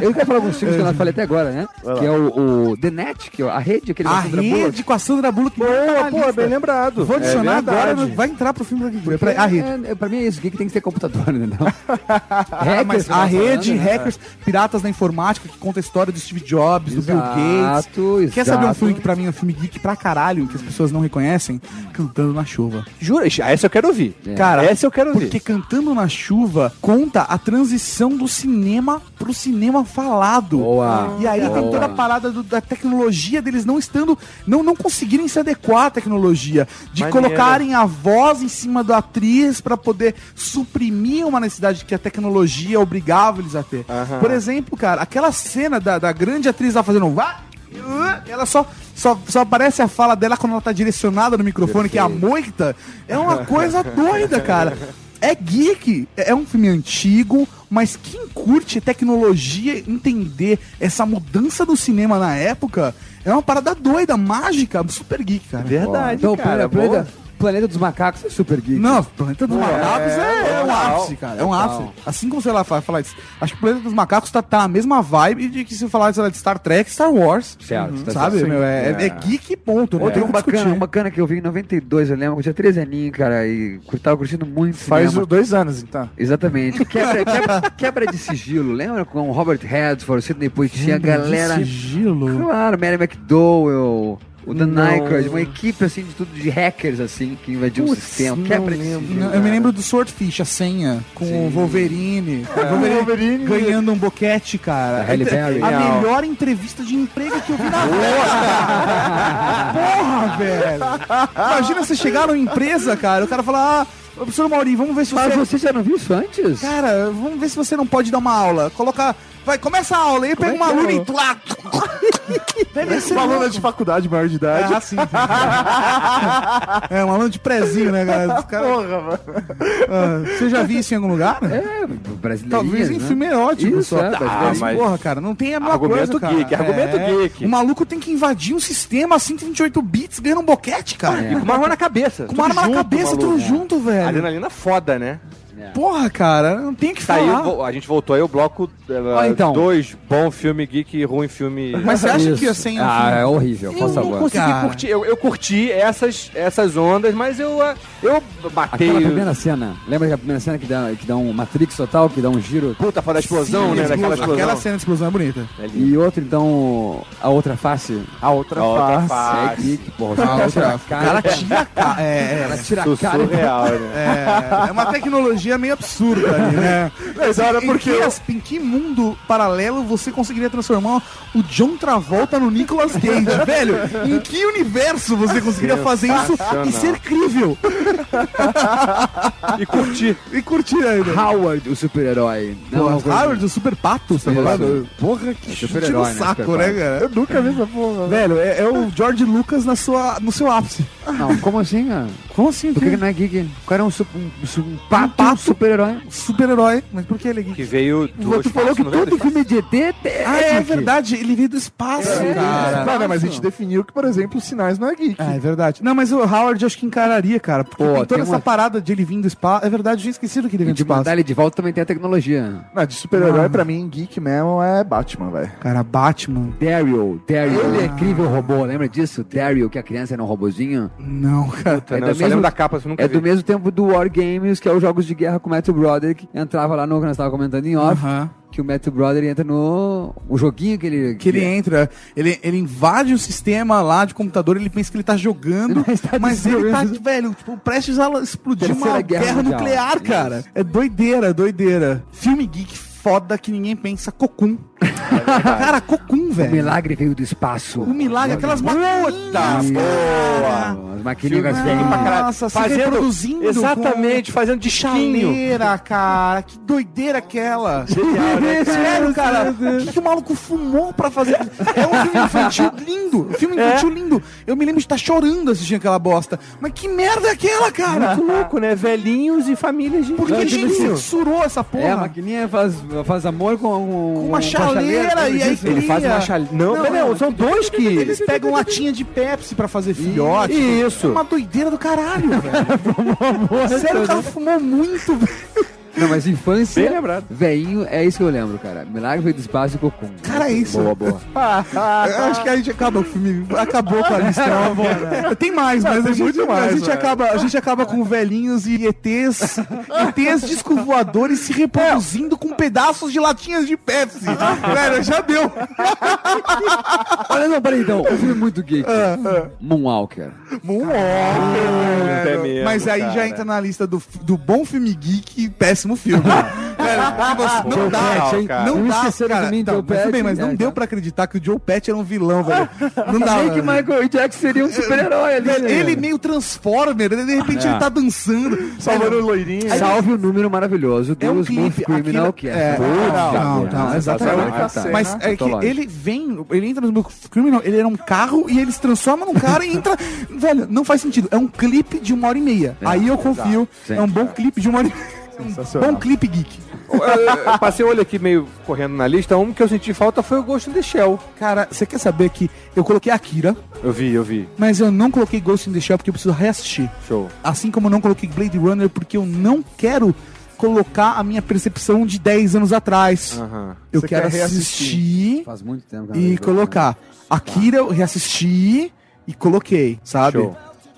Eu quero falar alguns filmes que eu não falei até agora, né? Que é o, o The Net, que é a rede, aquele
A
da Sandra Bullock.
rede com a Sandra Bullock. Boa,
Pô, bem lembrado. É
Vou adicionar agora,
verdade.
vai entrar pro filme pra, pra, a rede.
É, é, pra mim é isso, o que, que tem que ter computador, entendeu?
Ah,
Hackers,
mas
que nós
a
falamos,
rede,
né?
hackers, piratas da informática, que conta a história do Steve Jobs, do Bill Gates.
Exato, exato.
Quer saber um filme que pra mim é um filme geek pra caralho, que as pessoas não reconhecem? Cantando na chuva.
Jura? Ixi, Essa eu quero ouvir.
É.
Cara,
essa eu quero ouvir.
Porque Cantando na Chuva conta a transição do cinema pro cinema falado.
Boa.
E aí tem
Boa.
toda a parada do- da tecnologia deles não estando, não, não conseguirem se adequar à tecnologia. De
Maneiro.
colocarem a voz em cima da atriz pra poder suprimir uma necessidade que a tecnologia obrigava eles a ter. Por exemplo, cara, aquela cena da, da grande atriz lá fazendo um vá. uh, Ela só, só, só aparece a fala dela quando ela tá direcionada no microfone, que é a moita. É uma coisa doida, cara. É geek, é um filme antigo, mas quem curte tecnologia, entender essa mudança do cinema na época, é uma parada doida, mágica, super geek, cara.
É Verdade,
Então, o
cara.
Planeta, Planeta, Planeta dos Macacos é super geek.
Não, Planeta dos Macacos é, é um
total,
ápice, cara. É um ápice. Assim como, sei lá, fa- falar disso. Acho que o Planeta dos Macacos tá, tá na mesma vibe de que se falar sei lá, de Star Trek, Star Wars.
Certo, tá
sabe,
certo.
meu? É, é.
É.
é geek, ponto. Não
Outro
tem o
um
que
bacana, um
discutir.
bacana que eu vi em 92, eu lembro, eu tinha 13 aninhos, cara, e cur- tava curtindo muito
Faz
cinema.
o- dois anos, então.
Exatamente. Quebra, quebra, quebra de sigilo, lembra com o Robert Redford, Sidney Poitier, tinha a galera...
Sigilo.
Claro, Mary McDowell, o Dan Aykroyd, uma equipe, assim, de tudo, de hackers, assim, que invadiu o
Putz,
sistema.
não
Quebra de sigilo.
Não, eu me lembro do Swordfish, a senha, com o Wolverine. O Wolverine,
Wolverine.
ganhando um boquete, cara. É,
Da Halle Berry.
A
Genial.
melhor entrevista de emprego que eu vi na vida. Porra, velho. Imagina você chegar numa empresa, cara, o cara falar, ah, professor Maurinho, vamos ver se
Mas
você...
você já não viu isso antes?
Cara, vamos ver se você não pode dar uma aula. Coloca... Vai, começa a aula aí,
é
pega uma aluna e... Tlá, Deve ser
Uma aluna
louco.
de faculdade maior de
É,
idade.
racismo. é, um aluno de prezinho, né, cara? Os caras-
Porra, mano.
Ah, você já viu isso em algum lugar?
É, brasileirinhas,
Talvez em
né?
filme erótico
Isso,
só.
é,
mas,
brasileirinhas.
mas-
porra, cara, não tem a mesma
Argumento
coisa, cara. É,
geek, argumento geek.
O maluco tem que invadir um sistema a 128 bits ganhando um boquete, cara.
E com uma arma na cabeça.
Com uma arma na cabeça, tudo junto, velho.
É. Adrenalina foda, né?
Porra, cara, não tem o que
Tá aí,
falar.
vo- a gente voltou aí o bloco eh,
Ah, então.
dois bom filme geek e ruim filme.
Mas você acha que
Isso.
ia ser em um
Ah,
filme?
é horrível,
eu
faça
não
agora.
consegui
Cara.
curtir. Eu, eu curti essas, essas ondas, mas eu, ah, eu batei.
Aquela primeira cena, lembra da primeira cena que dá, que dá um Matrix total, que dá um giro?
Puta, fora da
Sim,
explosão, né?
explosão.
Daquela explosão.
Aquela cena de explosão é bonita.
E outro, então, a outra face.
A outra
A outra
face.
É
face.
geek, porra. O cara tira a cara.
Ela tira a cara. É,
Ela tira a cara.
Surreal, né?
é, é uma tecnologia analogia meio absurda ali, né?
Mas era porque
em, que,
eu-
as- em que mundo paralelo você conseguiria transformar o John Travolta no Nicolas Cage, velho? Em que universo você conseguiria fazer isso e ser crível?
E curtir.
E curtir ainda.
Howard, o super-herói.
Não,
é uma coisa-
Howard, o super pato, você tá
Isso.
falando? Porra,
É
que chute no
super-herói, né,
saco, né,
super-herói.
cara?
Eu nunca vi essa porra. velho.
Velho, é, é o George Lucas na sua, no seu ápice.
Não, como assim, cara?
Como assim?
Por que que não é geek? O cara é um, su- um, su- um pato, um super-herói.
Super-herói. Mas por que ele é geek?
Que veio do
Tu falou que todo filme de ET é
Ah, é
geek.
verdade, ele veio do espaço, cara.
Não, não, mas a gente definiu que, por exemplo, sinais não é geek.
Ah, é verdade. Não, mas o Howard acho que encararia, cara. Porque
Pô,
tem toda
tem
essa
uma-
parada de ele vindo do espaço. É verdade, eu tinha esquecido que ele
E
vinha do
de
espaço.
mandar ele de volta também tem a tecnologia.
Não, de super-herói,
Mano.
pra mim, geek mesmo é Batman, velho.
Cara, Batman.
Daryl, Daryl. Ele é incrível robô, lembra disso? Daryl, que a criança era um robozinho.
Não, cara.
Não,
é
né? eu
do
só
mesmo-
lembro da capa, você nunca
É
viu.
do mesmo tempo do War Games, que é os jogos de guerra com o Matthew Broderick. Entrava lá no que nós estávamos comentando em off,
Aham.
que o Matthew Broderick entra no o joguinho que ele...
Que ele entra, ele, ele invade o sistema lá de computador, ele pensa que ele tá jogando,
Mas tá
mas ele tá,
destruindo.
velho, tipo, prestes a explodir
Terceira
uma guerra,
Guerra Mundial.
nuclear,
Isso.
cara. É doideira, doideira. Filme geek foda que ninguém pensa, Cocum. cara, Cocum,
É O
velho.
milagre veio do espaço.
O milagre, aquelas maquinitas, cara.
As maquininhas
Filme
velho.
pra caralho. Nossa, se
fazendo,
reproduzindo
Exatamente, fazendo disquinho.
Chaleira, cara, que doideira aquela. né?
né,
Sério, cara, o que, que o maluco fumou pra fazer? É um filme infantil lindo, um
É.
filme infantil lindo. Eu me lembro de estar chorando assistindo aquela bosta. Mas que merda é aquela, cara?
Muito louco, né? Velhinhos e famílias de né,
Por que a gente censurou essa porra?
É, a maquininha faz, faz amor com, um, com-
uma chaleira,
lembra
e aí
disso?
Ele
Ele faz
cria.
uma chale... Não,
Não, é
não,
não,
um
são dois que...
Eles pegam latinha de Pepsi pra fazer filhote.
Isso.
É uma doideira do caralho, velho. Sério, o cara fumou muito, velho.
Não, mas infância,
Bem lembrado.
veinho, é isso que eu lembro, cara. Milagre veio do espaço e cocum.
Cara, é isso.
Boa, boa.
Eu acho que a gente acaba o filme. Ah, tá. Acabou com a lista. né? Tem mais, mas é muito mais. A gente, acaba, a gente acaba com velhinhos e ETs. ETs descovoadores se reproduzindo com pedaços de latinhas de Pepsi. Velho, já deu.
Olha, não, peraí, então. Um filme muito geek.
Ah,
Moonwalker.
Até mesmo,
Ah, Mas aí já
cara.
entra na lista do, do bom filme geek e péssimo filme. Velho, você- não
Patch, hein?
dá, não
Não
dá,
esqueceram
cara.
de mim,
Então,
Um Joe
mas tudo bem,
Patch,
mas não
né,
deu
então.
pra acreditar que o Joe Patch era um vilão, velho. Não dá.
Sei que
velho.
Michael Jackson seria um super-herói ali.
Velho,
né?
ele meio Transformer, ele- de
É.
repente ele tá dançando.
Salvando o loirinho.
Salve o número maravilhoso do
É um
Smooth
clipe,
Criminal,
aquilo-
que
é,
é. Puta
não, não,
merda.
não, exatamente.
Ah, tá.
Cacete.
Mas é que
Antológico.
ele vem, ele entra no Criminal, ele era um carro e ele se transforma num cara e entra. Velho, não faz sentido. É um clipe de uma hora e meia. Aí eu confio.
É, Sim.
é um bom clipe de uma hora e meia. Um
Sensacional.
bom clipe geek.
Eu- eu passei o olho aqui meio correndo na lista. Um que eu senti falta foi o Ghost in the Shell.
Cara, você quer saber que eu coloquei Akira,
Eu vi, eu vi.
mas eu não coloquei Ghost in the Shell porque eu preciso reassistir.
Show.
Assim como eu não coloquei Blade Runner porque eu não quero colocar a minha percepção de 10 anos atrás.
Aham.
Eu
Ah, Você
quero
quer reassistir.
assistir
Faz muito tempo que eu não
e
vejo,
colocar. Akira eu reassisti e coloquei, sabe?
Show.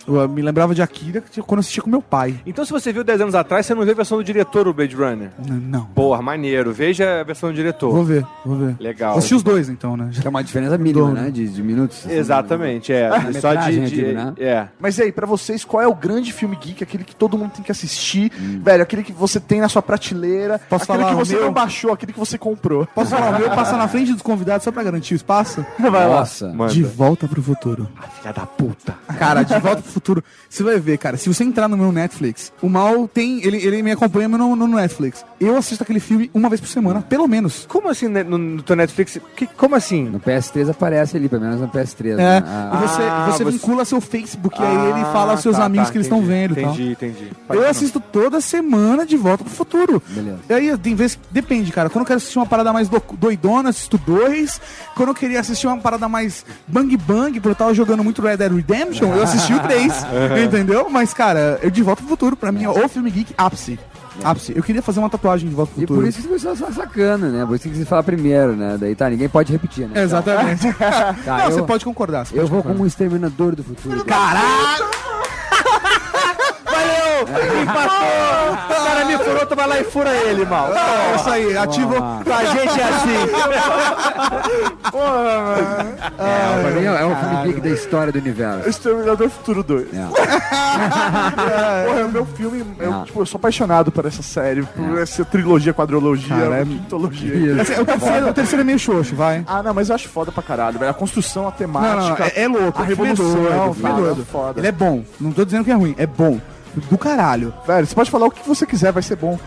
Eu ah, me lembrava de Akira quando eu assistia com meu pai.
Então, se você viu 10 anos atrás, você não viu a versão do diretor do Blade Runner.
N- Não.
Porra, maneiro. Veja a versão do diretor.
Vou ver, vou ver.
Legal.
Vou assistir os dois então, né?
né? Que é uma diferença mínima,
Dobro.
né? De, de minutos. assim,
Exatamente, é.
Ah,
Na
Só de.
metragem,
de-
eu digo, né?
É.
Mas e aí, pra vocês, qual é o grande filme geek, aquele que todo mundo tem que assistir, velho, aquele que você tem na sua prateleira,
Posso
aquele
falar
que
o
você
meu?
não baixou, aquele que você comprou.
Posso falar o meu? Passar na frente dos convidados só pra garantir o espaço?
Né? Nossa.
De volta pro futuro. Ah, filha da puta. Cara, de volta pro futuro. Você vai ver, cara. Se você entrar no meu Netflix, o mal tem. Ele, ele me acompanha no, no Netflix. Eu assisto aquele filme uma vez por semana, pelo menos.
Como assim né, no, no teu Netflix? Que- como assim?
No PS3 aparece ali, pelo menos no PS3.
É,
né? Ah,
e você,
Ah,
você
você-
vincula seu Facebook, aí ele fala aos
Ah,
seus
tá,
amigos
tá,
que eles estão
entendi,
vendo então. e tal.
Entendi, entendi.
Eu assisto toda semana de volta pro futuro.
Beleza.
E aí, tem vezes que depende, cara. Quando eu quero assistir uma parada mais do- doidona, assisto dois. Quando eu queria assistir uma parada mais bang bang, porque eu tava jogando muito Red Dead Redemption, eu assisti o três. entendeu? Mas, cara, eu de volta pro futuro, pra mim, é o filme geek ápice. Ápice. Eu queria fazer uma tatuagem de volta pro
É. E
futuro.
por isso que você é sacana, né? Por isso que você fala primeiro, né? Daí tá, ninguém pode repetir, né?
Exatamente.
Então, tá,
Não, você
eu,
pode concordar. você
eu
pode
vou um
concordar.
como o exterminador do futuro.
Caralho! Valeu!
Empatou! O cara me furou, tu vai lá e fura ele, mal.
É isso aí, ativou.
Com a gente é assim.
É, pra mim é o filme big da história do universo.
Exterminador Futuro 2.
É.
Porra, é o meu filme. Eu, tipo, eu sou apaixonado por essa série, por essa trilogia, quadrologia,
Cara, é-
mitologia.
Assim, o, terceiro, o terceiro é meio xoxo, vai.
Ah, não, mas eu acho foda pra caralho, velho. A construção, a temática.
Não, não,
Tá.
é, é louco.
A
é filme
revolução,
doido, filme
cara,
doido.
foda.
Ele é bom. Não tô dizendo que é ruim. É bom. Do caralho.
é- Velho, você pode falar o que você quiser, vai ser bom.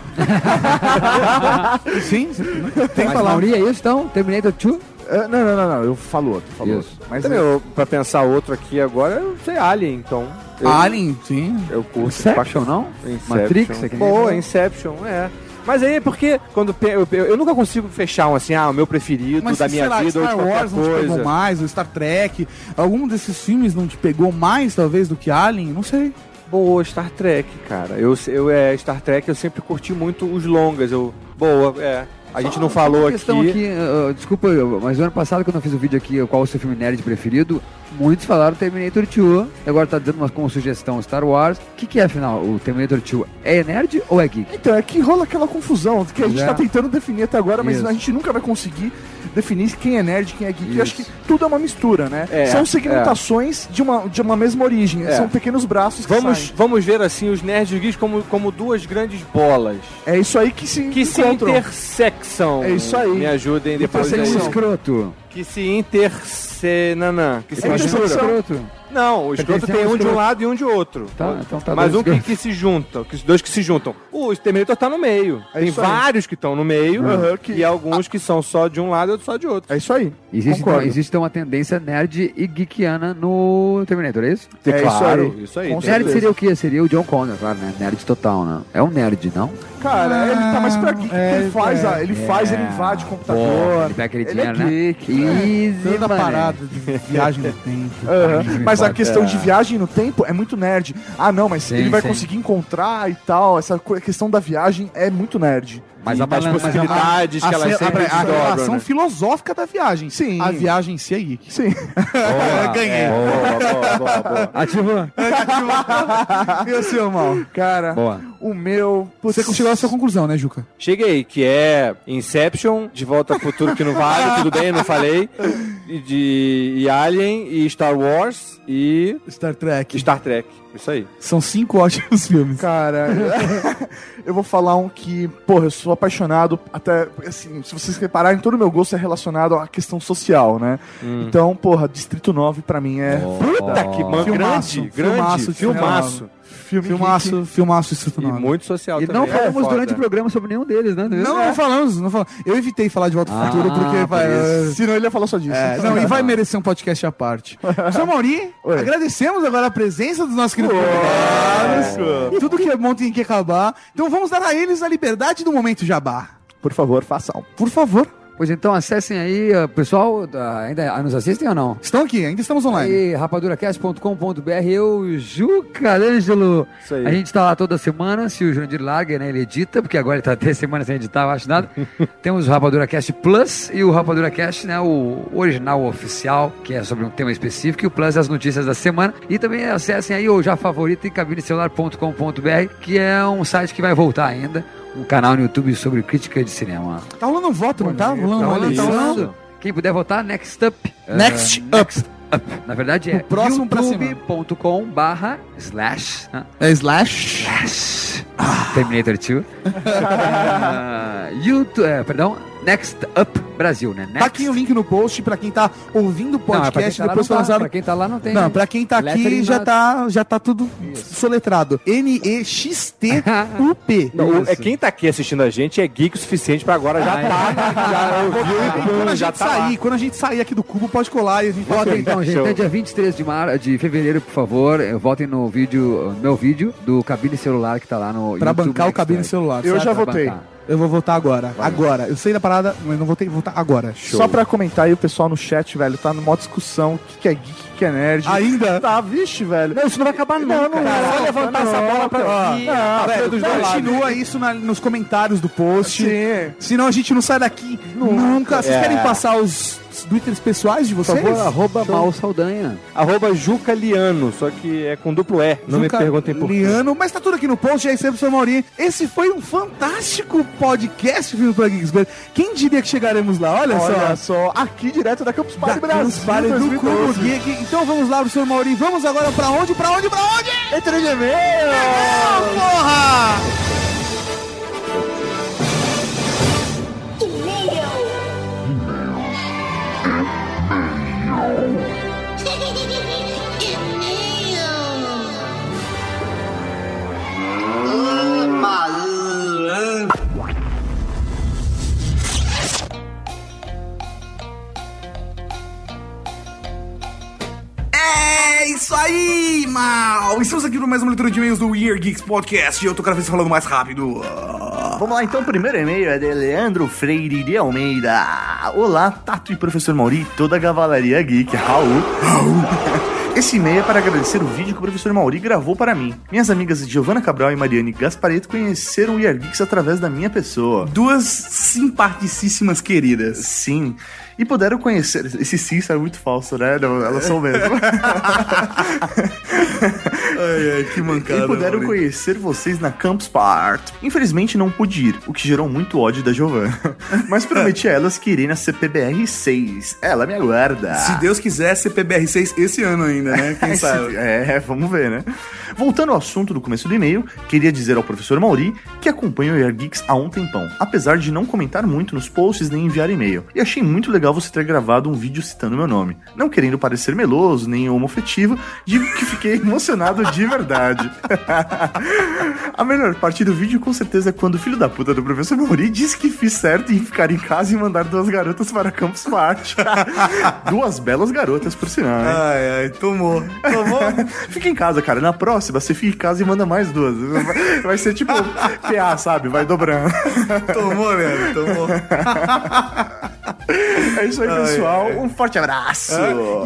Sim, tem que
Mas
falar. um
Mauri, é isso então? Terminator 2?
É, não, não, não, não, eu falo outro, falo
Isso.
outro.
Mas,
Mas é,
meu, pra pensar outro aqui agora, eu sei Alien, então. Eu,
Ah, Alien, sim.
Eu curto.
Inception, não?
Inception.
Matrix? aquele
Pô,
negócio?
Inception, é. Mas aí é porque quando pe- eu, eu, eu nunca consigo fechar um assim, ah, o meu preferido
Mas
da minha
sei lá,
vida ou de
Star
qualquer
Wars é um tipo não te pegou
coisa.
mais, o Star Trek, algum desses filmes não te pegou mais, talvez, do que Alien? Não sei.
Boa, Star Trek, cara. Eu, eu é Star Trek, eu sempre curti muito os longas. Eu, boa, é. A gente não falou
Uma
aqui.
questão aqui, ah, desculpa, eu- mas no ano passado, quando eu fiz o vídeo aqui, qual o seu filme nerd preferido, muitos falaram Terminator 2. E Agora tá dando uma, como sugestão Star Wars. O que, que é, afinal? O Terminator 2 é nerd ou é geek?
Então, é que rola aquela confusão que a gente
É.
tá tentando definir até agora, mas
Isso.
a gente nunca vai conseguir definir quem é nerd, quem é geek.
Isso.
Eu acho que tudo é uma mistura, né?
É,
São segmentações de, uma, de uma mesma origem.
É.
São pequenos braços que
Vamos,
saem.
vamos ver assim os nerds e os geeks como, como duas grandes bolas
É isso aí que se
que se
encontram.
intersecam.
É isso aí.
Me ajudem depois. aí.
Intersecção.
é um Escroto.
Que se interse... Não, não. Que se
Eu acho que é um
mistura.
escroto.
Não, o escroto
Pertencem
tem
ao
um de um
escroto.
lado e um de outro.
Tá, então tá
Mas
dois
um que,
escrotos.
que se juntam, que, dois que se juntam. O Terminator tá no meio.
É
tem
isso aí. Uhum.
vários que estão no meio
Aham, que-
e alguns que são só de um lado e outros só de outro.
É isso aí.
Existe, então,
Concordo.
existe então uma tendência nerd e geekiana no Terminator, é isso?
É isso
claro,
aí.
isso aí.
Com
tem-
Nerd seria o quê? Seria o John Connor, claro, né? Nerd total, né? É um nerd, não?
Cara, ele tá mais pra geek.
É,
que ele faz,
é.
ah, ele faz, ele invade o
Pô,
computador.
ele pega aquele
Ele
dinheiro,
é
né? Easy,
Toda
mané.
parada de viagem no tempo.
Aham.
Isso me
Mas a
importa.
questão de viagem no tempo é muito nerd. Ah, não, mas
Sim,
ele vai
sim.
conseguir encontrar e tal. Essa co- questão da viagem é muito nerd.
Mas a
as
balan- mas a-
possibilidades que elas
a,
sempre
a, a
desdobram,
relação
é né?
filosófica da viagem.
Sim.
A viagem em si é geek.
Sim.
Boa,
Ganhei.
Boa, boa, boa, boa. Ativou.
E o seu, mal?
Cara,
Boa.
assim, o meu.
Você chegou à sua conclusão, né, Juca?
Cheguei, que é Inception, De Volta ao Futuro que não vale, tudo bem, não falei. E, de, e Alien, e Star Wars, e
Star Trek.
Star Trek. Isso aí.
São cinco ótimos filmes.
Cara, eu vou falar um que, porra, eu sou apaixonado, até, assim, se vocês repararem, todo o meu gosto é relacionado à questão social, né? Então, porra, Distrito 9 pra mim é
Puta que man,
Filmaço,
grande,
filmaço,
grande, filmaço.
filmaço.
filme
Filmaço, filmaço Distrito
E
9.
muito social
E
também.
não falamos
É
durante o
foda.
programa sobre nenhum deles, né?
Não, não falamos, não falamos. Eu evitei falar de Volta ao
Ah,
Futuro porque
por
vai.
que- Senão ele ia falar só disso.
É, não, e vai merecer um podcast à parte. Seu Mauri,
Oi.
agradecemos agora a presença dos nossos queridos convidados. E tudo que é bom tem que acabar. Então vamos dar a eles a liberdade do momento jabá.
Por favor, façam.
Por favor.
Pois então, acessem aí, ah, pessoal, ah, ainda ah, nos assistem ou não?
Estão aqui, ainda estamos online.
Aí, rapaduracast.com.br, eu, Juca Ângelo.
Isso aí.
A gente tá lá toda semana, se o Jurandir larga, né, ele edita, porque agora ele tá três semanas sem editar, eu acho nada. Temos o RapaduraCast Plus e o RapaduraCast, né, o original oficial, que é sobre um tema específico, e o Plus é as notícias da semana. E também acessem aí o já favorito e cabinecelular.com.br, que é um site que vai voltar ainda, um canal no YouTube sobre crítica de cinema.
Tá rolando um voto, não tá? Rolando
Tá
uma
rolando, tá
eleição.
rolando. É. Quem puder votar, next up.
Next up.
Na verdade é
Do próximo pra cima.
youtube.com barra slash, né?
É slash.
slash Terminator 2. Ah, YouTube, é, perdão, Next Up Brasil, né? Next,
Tá aqui o link no post pra quem tá ouvindo o
Não, é pra quem
podcast
tá lá
depois
não
foi
tá,
lançado.
Pra quem tá lá não tem.
Não, pra quem tá aqui
Lettering
já
na-
tá, já tá tudo soletrado. N-E-X-T-U-P.
Não, o- é
Isso. Ah, é.
quem tá aqui assistindo a gente é geek o suficiente pra agora já tá. Já
E
ouviu e
quando a
pum,
gente
já tá lá.
sair, quando a gente sair aqui do cubo, pode colar e a gente bota
Votem então, gente.
Show.
Até dia 23 de, mar... de fevereiro, por favor. eh, Votem no vídeo, no meu vídeo do cabine celular que tá lá no
pra
YouTube
bancar o
Next
cabine
Up.
celular.
Eu
certo?
já
Pra
votei.
bancar.
Eu vou votar agora. Agora. Eu sei da parada, mas não votei, vou votar agora.
Só pra comentar aí, o pessoal no chat, velho, tá numa discussão, o que, que é geek, o que, que é nerd.
Ainda?
Tá, vixe, velho.
Não, isso não vai acabar nunca.
não,
Só levantar essa bola pra aqui.
Velho,
dos dois
continua isso na- nos comentários do post.
Sim.
Senão a gente não sai daqui nunca. Vocês
É.
querem passar os
twitters pessoais de vocês?
favor, arroba Mal Saldanha.
Arroba Juca Liano, só que é com duplo E. Não me
Zuca
perguntem por quê.
Liano, mas tá tudo aqui no post, é isso aí, professor Maurinho. Esse foi um fantástico podcast vindo pra Geeksburg. Quem diria que chegaremos lá? Olha,
Olha
só.
só, aqui direto da Campus Party
Da
Brasil.
Campus Party do
2012.
Cubo Geek. Então vamos lá, professor Maurinho. Vamos agora pra onde, pra onde, pra onde?
Entre de e-mail!
Porra!
É isso aí, mal! Estamos aqui para mais uma leitura de e-mails do Year Geeks Podcast. E eu tô cada vez falando mais rápido.
Vamos lá, então. O primeiro e-mail é de Leandro Freire de Almeida. Olá, Tato e professor Mauri, toda a cavalaria geek. Raul. Esse e-mail é para agradecer o vídeo que o professor Mauri gravou para mim. Minhas amigas Giovanna Cabral e Mariane Gaspareto conheceram o Year Geeks através da minha pessoa.
Duas simpaticíssimas queridas.
Sim. E puderam conhecer. Esse sim é muito falso, né? Não, elas são mesmo.
Ai, ai, que mancada.
E puderam
Maurício.
conhecer vocês na Campus Party. Infelizmente não pude ir, o que gerou muito ódio da Giovanna. Mas prometi a elas que irei na CPBR 6. Ela me aguarda.
Se Deus quiser, CPBR6 esse ano ainda, né? Quem
Ah. Esse-
sabe?
É, vamos ver, né? Voltando ao assunto do começo do e-mail, queria dizer ao professor Mauri que acompanho o Air Geeks há um tempão, apesar de não comentar muito nos posts nem enviar e-mail. E achei muito legal você ter gravado um vídeo citando meu nome. Não querendo parecer meloso nem homofetivo, digo que fiquei emocionado de verdade. a melhor parte do vídeo com certeza é quando o filho da puta do professor Mauri disse que fiz certo em ficar em casa e mandar duas garotas para Campus Party. duas belas garotas, por sinal, né?
Ai, ai, tomou. Tomou.
Fica em casa, cara. Na próxima, você fica em casa e manda mais duas. Vai- Vai ser tipo PA, sabe? Vai dobrando.
Tomou, Leandro, tomou.
É isso aí,
Ai,
pessoal. Um forte abraço.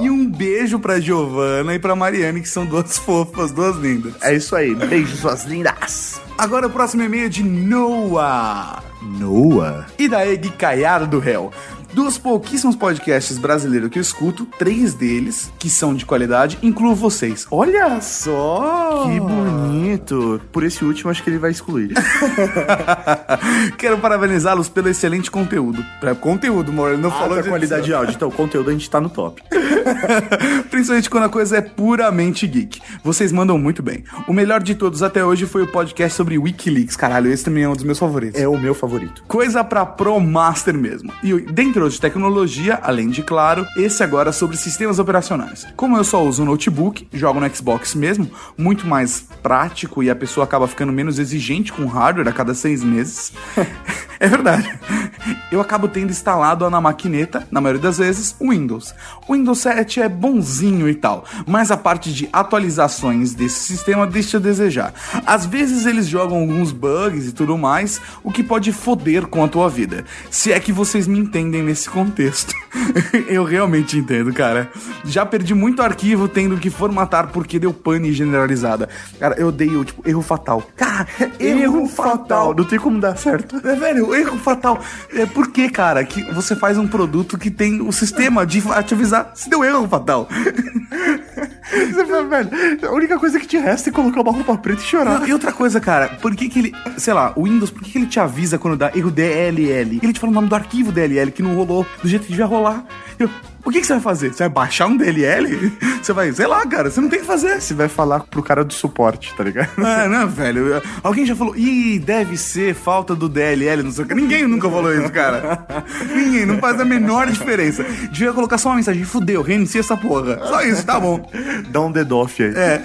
E um beijo pra Giovana e pra Mariane, que são duas fofas, duas lindas.
É isso aí. Beijo, suas lindas.
Agora o próximo e-mail é de Noah. Noah? E daí, Guicaiada Então, do Réu. Dos pouquíssimos podcasts brasileiros que eu escuto, três deles, que são de qualidade, incluo vocês. Olha só!
Que bonito. Por esse último, acho que ele vai excluir.
Quero parabenizá-los pelo excelente conteúdo. Pra Conteúdo, Moro, ele não falou
da
de
Ah, qualidade de
edição.
áudio. Então, o conteúdo a gente tá no top.
Principalmente quando a coisa é puramente geek. Vocês mandam muito bem. O melhor de todos até hoje foi o podcast sobre Wikileaks. Caralho, esse também é um dos meus favoritos.
É o meu favorito.
Coisa pra Pro Master mesmo. E dentro de tecnologia, além de claro, esse agora é sobre sistemas operacionais. Como eu só uso o notebook, jogo no Xbox mesmo, muito mais prático e a pessoa acaba ficando menos exigente com o hardware a cada seis meses. é verdade. Eu acabo tendo instalado na maquineta, na maioria das vezes, o Windows. O Windows 7 é bonzinho e tal, mas a parte de atualizações desse sistema deixa a desejar. Às vezes eles jogam alguns bugs e tudo mais, o que pode foder com a tua vida. Se é que vocês me entendem nesse contexto. Eu realmente entendo, cara. Já perdi muito arquivo tendo que formatar porque deu pane generalizada. Cara, eu odeio, tipo, erro fatal. Cara, erro, fatal.
Não tem como dar certo.
É, velho, erro fatal. É por que, cara, que você faz um produto que tem o sistema de te avisar se deu erro fatal?
Você fala, velho, a única coisa que te resta é colocar uma roupa preta e chorar.
Não, e outra coisa, cara, por que que ele, sei lá, o Windows, por que que ele te avisa quando dá erro DLL? Ele te fala o nome do arquivo DLL que não rolou do jeito que devia rolar. Eu, o que que você vai fazer? Você vai baixar um DLL? Você vai, sei lá, cara, você não tem o que fazer.
Você vai falar pro cara do suporte, tá ligado?
Ah, não, velho. Alguém já falou, ih, deve ser falta do DLL, não sei o que. Ninguém nunca falou isso, cara. Ninguém, não faz a menor diferença. Devia colocar só uma mensagem, fudeu, reinicia essa porra. Só isso, tá bom.
Dá um dedoff aí.
É.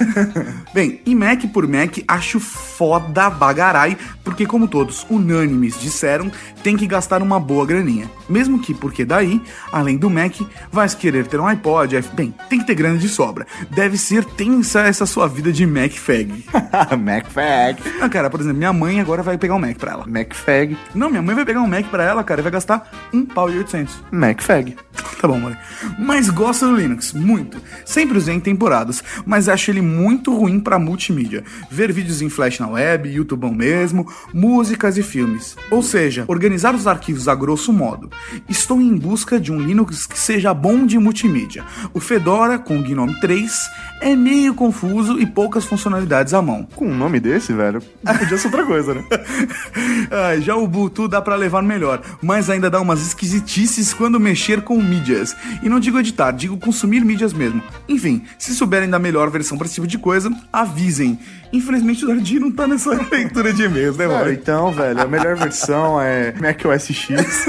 Bem, e Mac por Mac acho foda bagarai, porque como todos unânimes disseram, tem que gastar uma boa graninha. Mesmo que, porque daí, além do Mac, vai querer ter um iPod, F- bem, tem que ter grana de sobra. Deve ser tensa essa sua vida de Mac Fag.
MacFag.
Ah, cara, por exemplo, minha mãe agora vai pegar um Mac pra ela.
MacFag.
Não, minha mãe vai pegar um Mac pra ela, cara, e vai gastar um pau e 800.
MacFag.
tá bom, mano. Mas gosto do Linux, muito. Sempre usei em temporadas, mas acho ele muito ruim pra multimídia. Ver vídeos em flash na web, YouTube mesmo, músicas e filmes. Ou seja, organizar os arquivos a grosso modo. Estou em busca de um Linux que seja bom de multimídia. O Fedora, com o Gnome 3, é meio confuso e poucas funcionalidades à mão.
Com um nome desse, velho, podia ser outra coisa, né?
Ah, já o Ubuntu dá pra levar melhor, mas ainda dá umas esquisitices quando mexer com mídias. E não digo editar, digo consumir mídias mesmo. Enfim, se souberem da melhor versão pra esse tipo de coisa, avisem. Infelizmente o Dardi não tá nessa leitura de e-mails, né,
Cara,
mano?
então, velho, a melhor versão é macOS X.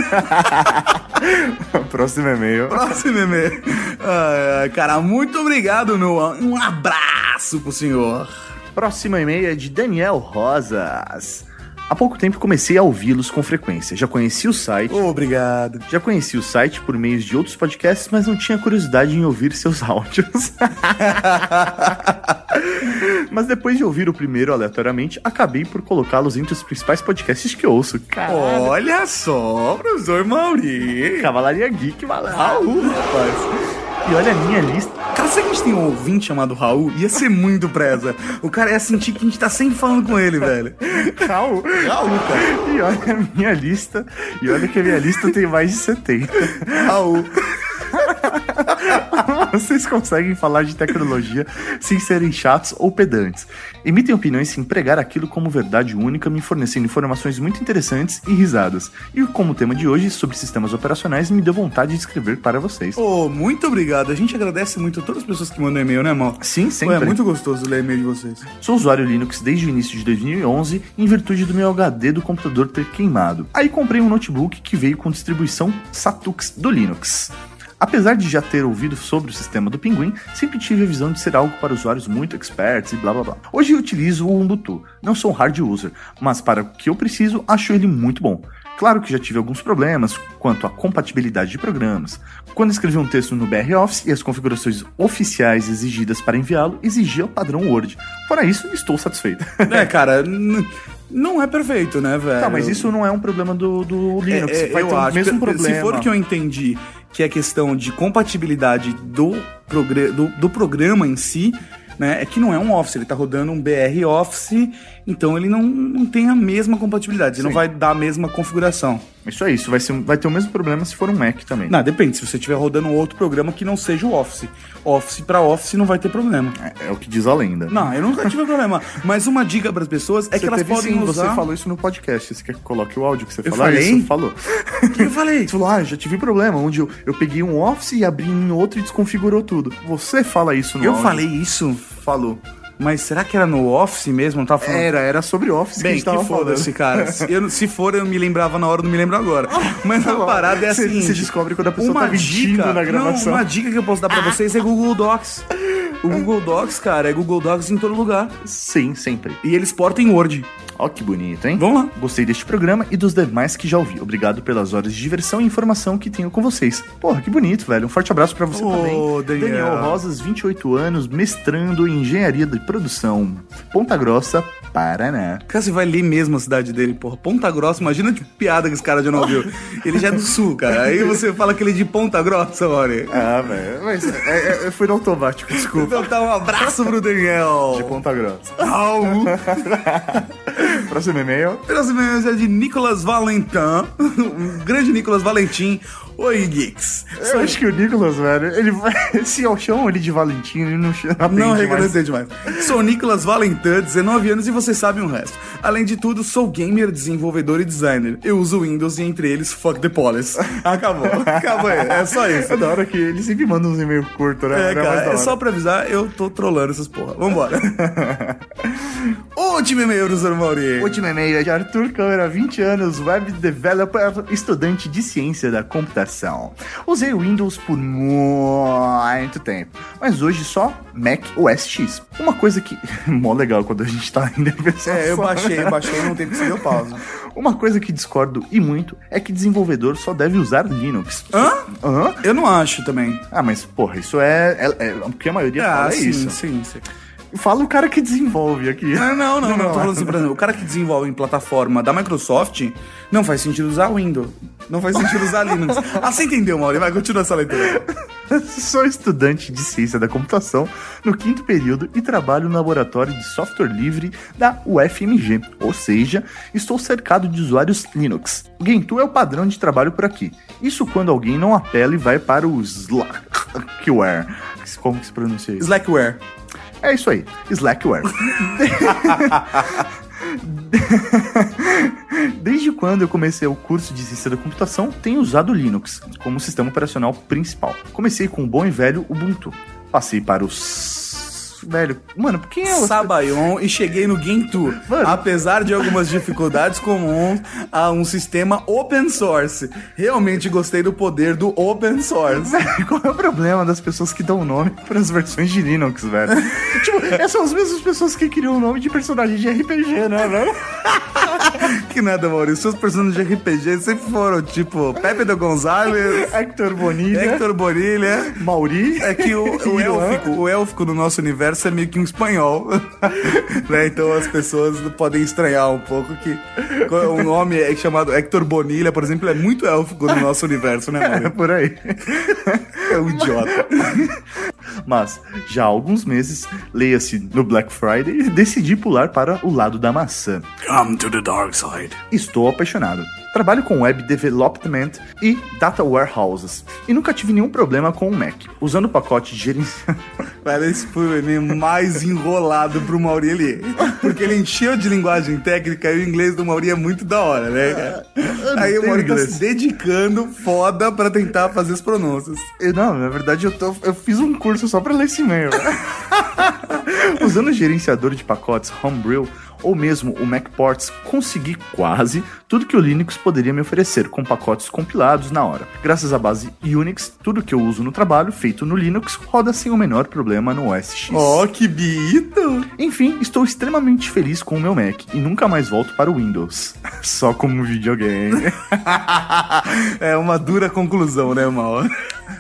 Próximo e-mail.
Próximo e-mail. Ah, cara, muito obrigado, Noah. Um abraço pro senhor.
Próximo e-mail é de Daniel Rosas. Há pouco tempo comecei a ouvi-los com frequência. Já conheci o site.
Obrigado.
Já conheci o site por meios de outros podcasts, mas não tinha curiosidade em ouvir seus áudios. mas depois de ouvir o primeiro aleatoriamente, acabei por colocá-los entre os principais podcasts que ouço. Caralho.
Olha só, professor Mauri.
Cavalaria Geek, valeu, rapaz. E olha a minha lista.
Cara, será que a gente tem um ouvinte chamado Raul? Ia ser muito presa. O cara ia sentir que a gente tá sempre falando com ele, velho.
Raul. E olha a minha lista. E olha que a minha lista tem mais de 70.
Raul.
Vocês conseguem falar de tecnologia sem serem chatos ou pedantes. Emitem opiniões sem pregar aquilo como verdade única, me fornecendo informações muito interessantes e risadas. E como o tema de hoje sobre sistemas operacionais me deu vontade de escrever para vocês.
Oh, muito obrigado. A gente agradece muito a todas as pessoas que mandam e-mail, né, Mal?
Sim,
Pô,
sempre.
é muito gostoso ler e-mail de vocês.
Sou usuário Linux desde o início de 2011, em virtude do meu HD do computador ter queimado. Aí comprei um notebook que veio com distribuição Satux do Linux. Apesar de já ter ouvido sobre o sistema do Pinguim, sempre tive a visão de ser algo para usuários muito experts e blá blá blá. Hoje eu utilizo o Ubuntu, não sou um hard user, mas para o que eu preciso, acho ele muito bom. Claro que já tive alguns problemas quanto à compatibilidade de programas. Quando escrevi um texto no BR Office e as configurações oficiais exigidas para enviá-lo exigia o padrão Word. Fora isso, estou satisfeito.
É, cara, n- não é perfeito, né, velho?
Tá, mas isso não é um problema do, do
É,
Linux.
é,
vai
eu
ter o
acho.
mesmo
Se-
problema.
Se for o que um- eu entendi que é questão de compatibilidade do, progra- do, do programa em si, né? É que não é um Office, ele tá rodando um BR Office, então ele não, não tem a mesma compatibilidade, ele não
Sim.
vai dar a mesma configuração.
Isso é isso. Vai, ser, um- vai ter o mesmo problema se for um Mac também.
Não, depende, se você estiver rodando um outro programa que não seja o Office. Office pra Office não vai ter problema.
É, é o que diz a lenda.
Não, eu nunca tive problema. Mas uma dica pras pessoas é
Você
que elas
teve
podem
sim,
usar...
Você falou isso no podcast. Você quer que eu coloque o áudio que você
Eu
falou?
falei?
Isso, falou.
O que eu falei?
Você falou, ah, já tive problema, onde eu, eu peguei um Office e abri em outro e desconfigurou tudo. Você fala isso no
Eu
áudio.
falei isso? Falou. Mas será que era no Office mesmo? Não tava falando...
Era, era sobre Office
Bem,
que a gente
que
tava
foda-se,
falando.
cara. Se, eu, se for, eu me lembrava na hora, não me lembro agora. Mas a parada é a
Ah, tá Você-
seguinte...
você descobre quando a pessoa tá mentindo na gravação.
Não, uma dica que eu posso dar pra vocês é Google Docs. O Google Docs, cara, é Google Docs em todo lugar.
Sim, sempre.
E eles portam em Word.
Ó que bonito, hein?
Vamos lá.
Gostei deste programa e dos demais que já ouvi. Obrigado pelas horas de diversão e informação que tenho com vocês. Porra, que bonito, velho. Um forte abraço pra você
Ô,
também.
Daniel.
Rosas, 28 anos, mestrando em engenharia de produção. Ponta Grossa, Paraná.
Cara, você vai ler mesmo a cidade dele, porra. Ponta Grossa, imagina que piada que esse cara já não ouviu. Ele já é do sul, cara. Aí você fala que ele é de Ponta Grossa, olha.
Ah, velho. Mas é, é, foi no automático, desculpa.
Então tá um abraço pro Daniel.
De Ponta Grossa.
Au.
Próximo e-mail.
Próximo e-mail é de Nicolas Valentin. Um grande Nicolas Valentim. Oi, Geeks.
Eu acho que o Nicolas, velho, ele vai. Se eu chamo ele de Valentim, ele não chama.
Não
atende mais.
reconhecei demais. Sou Nicolas Valentin, 19 anos e você sabe o resto. Além de tudo, sou gamer, desenvolvedor e designer. Eu uso Windows e entre eles, fuck the police. Acabou. Acabou aí. É só isso.
É da hora que ele sempre manda uns e-mails curtos, né?
É,
Era mais
cara,
da
é
hora.
só pra avisar, eu tô trolando essas porra. Vambora. Último e-mail, professor Mauri.
Último e-mail é de Arthur Câmara, 20 anos, web developer, estudante de ciência da computação. Usei o Windows por muito tempo, mas hoje só Mac OS X. Uma coisa que... Mó legal quando a gente tá ainda pensando.
É, eu baixei, eu baixei, não tem que ser deu pausa.
Uma coisa que discordo e muito é que desenvolvedor só deve usar Linux.
Hã?
Hã?
Eu não acho também.
Ah, mas porra, isso é... é, é- o que a maioria fala é isso.
sim, sim.
Fala o cara que desenvolve aqui.
Não, não, não, não. Tô falando assim, por exemplo, o cara que desenvolve em plataforma da Microsoft não faz sentido usar Windows. Não faz sentido usar Linux. Ah, você entendeu, Mauri? Vai, continua essa leitura.
Sou estudante de ciência da computação no quinto período e trabalho no laboratório de software livre da UFMG, ou seja, estou cercado de usuários Linux. O Gentoo é o padrão de trabalho por aqui. Isso quando alguém não apela e vai para o Slackware. Como que se pronuncia isso?
Slackware.
É isso aí, Slackware. Desde quando eu comecei o curso de ciência da computação, tenho usado Linux como sistema operacional principal. Comecei com o bom e velho Ubuntu. Passei para o s- velho. Mano, por que é o
Sabayon e cheguei no Gentoo.
Mano.
Apesar de algumas dificuldades comuns a um sistema open source. Realmente gostei do poder do open source.
Qual é o problema das pessoas que dão nome para as versões de Linux, velho? tipo, essas são as mesmas pessoas que criam o nome de personagem de RPG, né, velho?
que nada, Maurício. Seus personagens de RPG sempre foram tipo Pepe do Gonzalez,
Hector Bonilha,
Hector Bonilha.
Mauri.
É que o, o, élfico, o élfico no nosso universo é meio que um espanhol. né? Então as pessoas podem estranhar um pouco que o nome é chamado Hector Bonilha, por exemplo, é muito élfico no nosso universo, né,
É
mano?
por aí.
É um idiota.
Mas, já há alguns meses, leia-se no Black Friday, decidi pular para o lado da maçã.
Come to the dark side.
Estou apaixonado. Trabalho com web development e data warehouses. E nunca tive nenhum problema com o Mac. Usando o pacote de gerenciamento.
Parece que foi o Enem mais enrolado pro Mauri ali. Porque ele encheu de linguagem técnica e o inglês do Mauri é muito da hora, né? cara?
não
Aí o
tenho
Mauri tá
inglês.
se dedicando foda pra tentar fazer as pronúncias.
Eu, não, na verdade eu, tô, eu fiz um curso só pra ler esse e-mail. Usando o gerenciador de pacotes Homebrew ou mesmo o MacPorts, consegui quase tudo que o Linux poderia me oferecer, com pacotes compilados na hora. Graças à base Unix, tudo que eu uso no trabalho, feito no Linux, roda sem o menor problema no OSX.
oh, que biito!
Enfim, estou extremamente feliz com o meu Mac e nunca mais volto para o Windows. Só como um videogame.
é uma dura conclusão, né, Mal?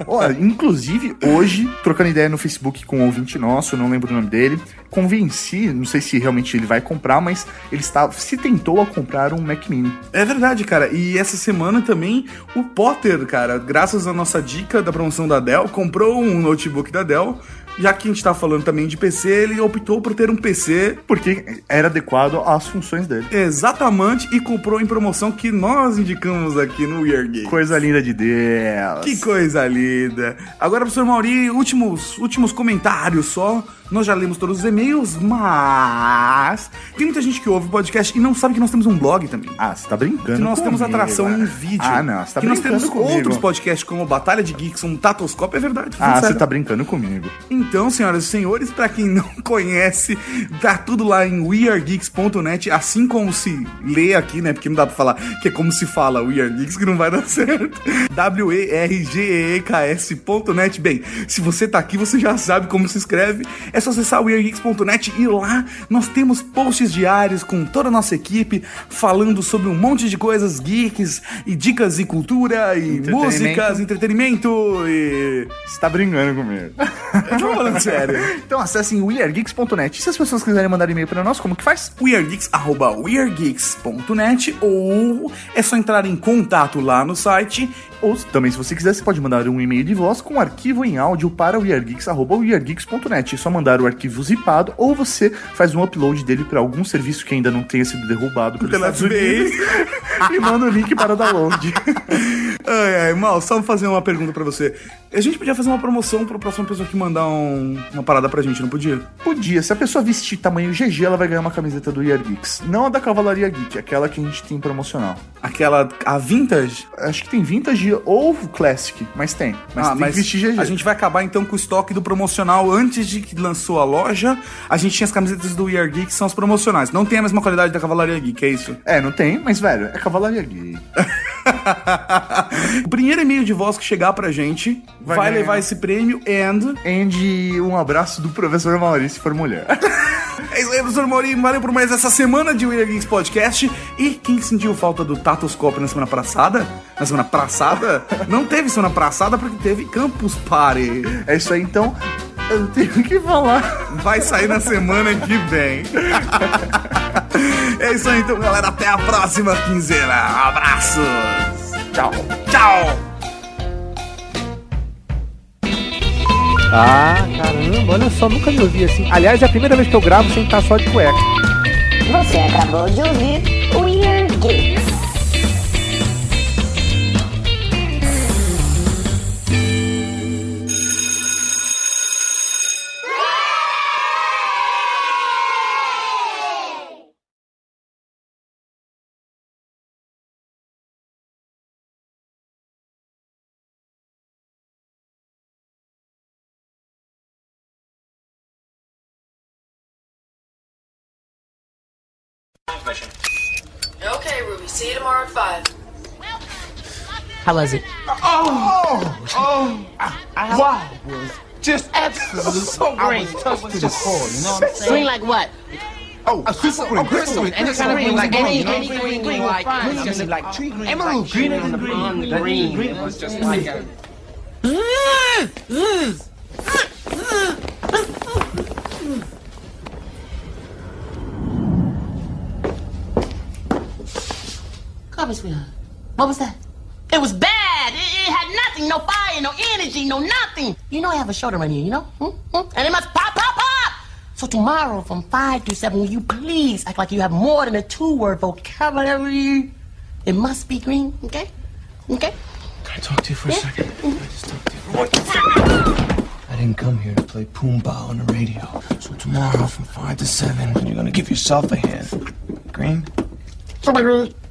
Olha, inclusive, hoje, trocando ideia no Facebook com um ouvinte nosso, não lembro o nome dele, convenci, não sei se realmente ele vai comprar, mas ele está, se tentou a comprar um Mac Mini.
É verdade, cara. E essa semana também o Potter, cara, graças à nossa dica da promoção da Dell, comprou um notebook da Dell. Já que a gente tá falando também de PC, ele optou por ter um PC
Porque era adequado às funções dele.
Exatamente, e comprou em promoção que nós indicamos aqui no Weird Game.
Coisa linda de Deus.
Que coisa linda. Agora, professor Mauri, últimos, últimos comentários só. Nós já lemos todos os e-mails, mas tem muita gente que ouve o podcast e não sabe que nós temos um blog também.
Ah, você tá brincando
Que nós temos
comigo,
atração em
né?
vídeo.
Ah, não, você tá
que nós
brincando
temos
comigo.
outros podcasts como Batalha de Geeks, um Tatoscópio, é verdade. tô falando
Ah, você
sério.
tá brincando comigo.
Então, senhoras e senhores, pra quem não conhece, tá tudo lá em wearegeeks.net, assim como se lê aqui, né? Porque não dá pra falar que é como se fala We Are Geeks, que não vai dar certo. W-E-R-G-E-E-K-S.net. Bem, se você tá aqui, você já sabe como se escreve. É só acessar wearegeeks.net e lá nós temos posts diários com toda a nossa equipe falando sobre um monte de coisas geeks e dicas e cultura e
Entretenimento.
músicas, entretenimento e...
Você tá brincando comigo.
Eu tô falando sério.
então acessem wearegeeks.net. Se as pessoas quiserem mandar e-mail pra nós, como que faz?
weirdgeeks, arroba weirdgeeks.net ou é só entrar em contato lá no site.
Ou também, se você quiser, você pode mandar um e-mail de voz com arquivo em áudio para o weargeeks.net. É só mandar o arquivo zipado ou você faz um upload dele para algum serviço que ainda não tenha sido derrubado pelos
Pela
Estados Unidos
vez.
e manda o link para o download.
Ai, ai, mal, só fazer uma pergunta pra você. A gente podia fazer uma promoção pra próxima pessoa que mandar um- uma parada pra gente, não podia?
Podia, se a pessoa vestir tamanho GG, ela vai ganhar uma camiseta do Year Geeks. Não a da Cavalaria Geek, aquela que a gente tem promocional.
Aquela. A vintage?
Acho que tem vintage ou classic, mas tem. Mas
Ah,
tem que vestir GG.
a gente vai acabar então com o estoque do promocional antes de que lançou a loja. A gente tinha as camisetas do We Are Geek, que são as promocionais. Não tem a mesma qualidade da Cavalaria Geek, é isso?
É, não tem, mas velho, é Cavalaria Geek.
o primeiro e-mail de voz que chegar pra gente vai,
Vai ganhar.
levar esse prêmio and.
Andy, um abraço do professor Maurício, se for mulher.
É isso aí, professor Maurinho. Valeu por mais essa semana de William Geeks Podcast. E quem sentiu falta do Tatoscópio na semana passada? Na semana passada? não teve semana passada porque teve Campus Party.
É isso aí, então. Eu não tenho o que falar.
Vai sair na semana que vem. É isso aí, então, galera. Até a próxima quinzena. Abraços. Tchau. Tchau.
Ah, caramba, olha só, nunca me ouvi assim. Aliás, é a primeira vez que eu gravo sem estar só de cueca.
Você acabou de ouvir Weird Geeks.
Okay, Ruby. See you tomorrow at five.
How was it?
Oh! Oh! Wow! Just absolutely
so
I
great.
was touched to the core, you know what I'm saying?
Green like what?
Oh, a super green, crystal green,
Any kind of green, like any, any green, green, like green, just
just like
like
tree green,
emerald
like
green,
shit on
and
the
green,
blonde,
green,
the
green,
green
It was just
Mm.
like a.
Coffee, sweetheart. What was that? It was bad. It, it had nothing. No fire, no energy, no nothing. You know I have a show to run here, you know? Hmm? Hmm? And it must pop, pop, pop. So tomorrow from 5 to 7, will you please act like you have more than a two-word vocabulary? It must be green, okay? Okay?
Can I talk to you for a second? I didn't come here to play Pumbaa on the radio. So tomorrow from 5 to 7, you're gonna give yourself a hand. Green?
Super green.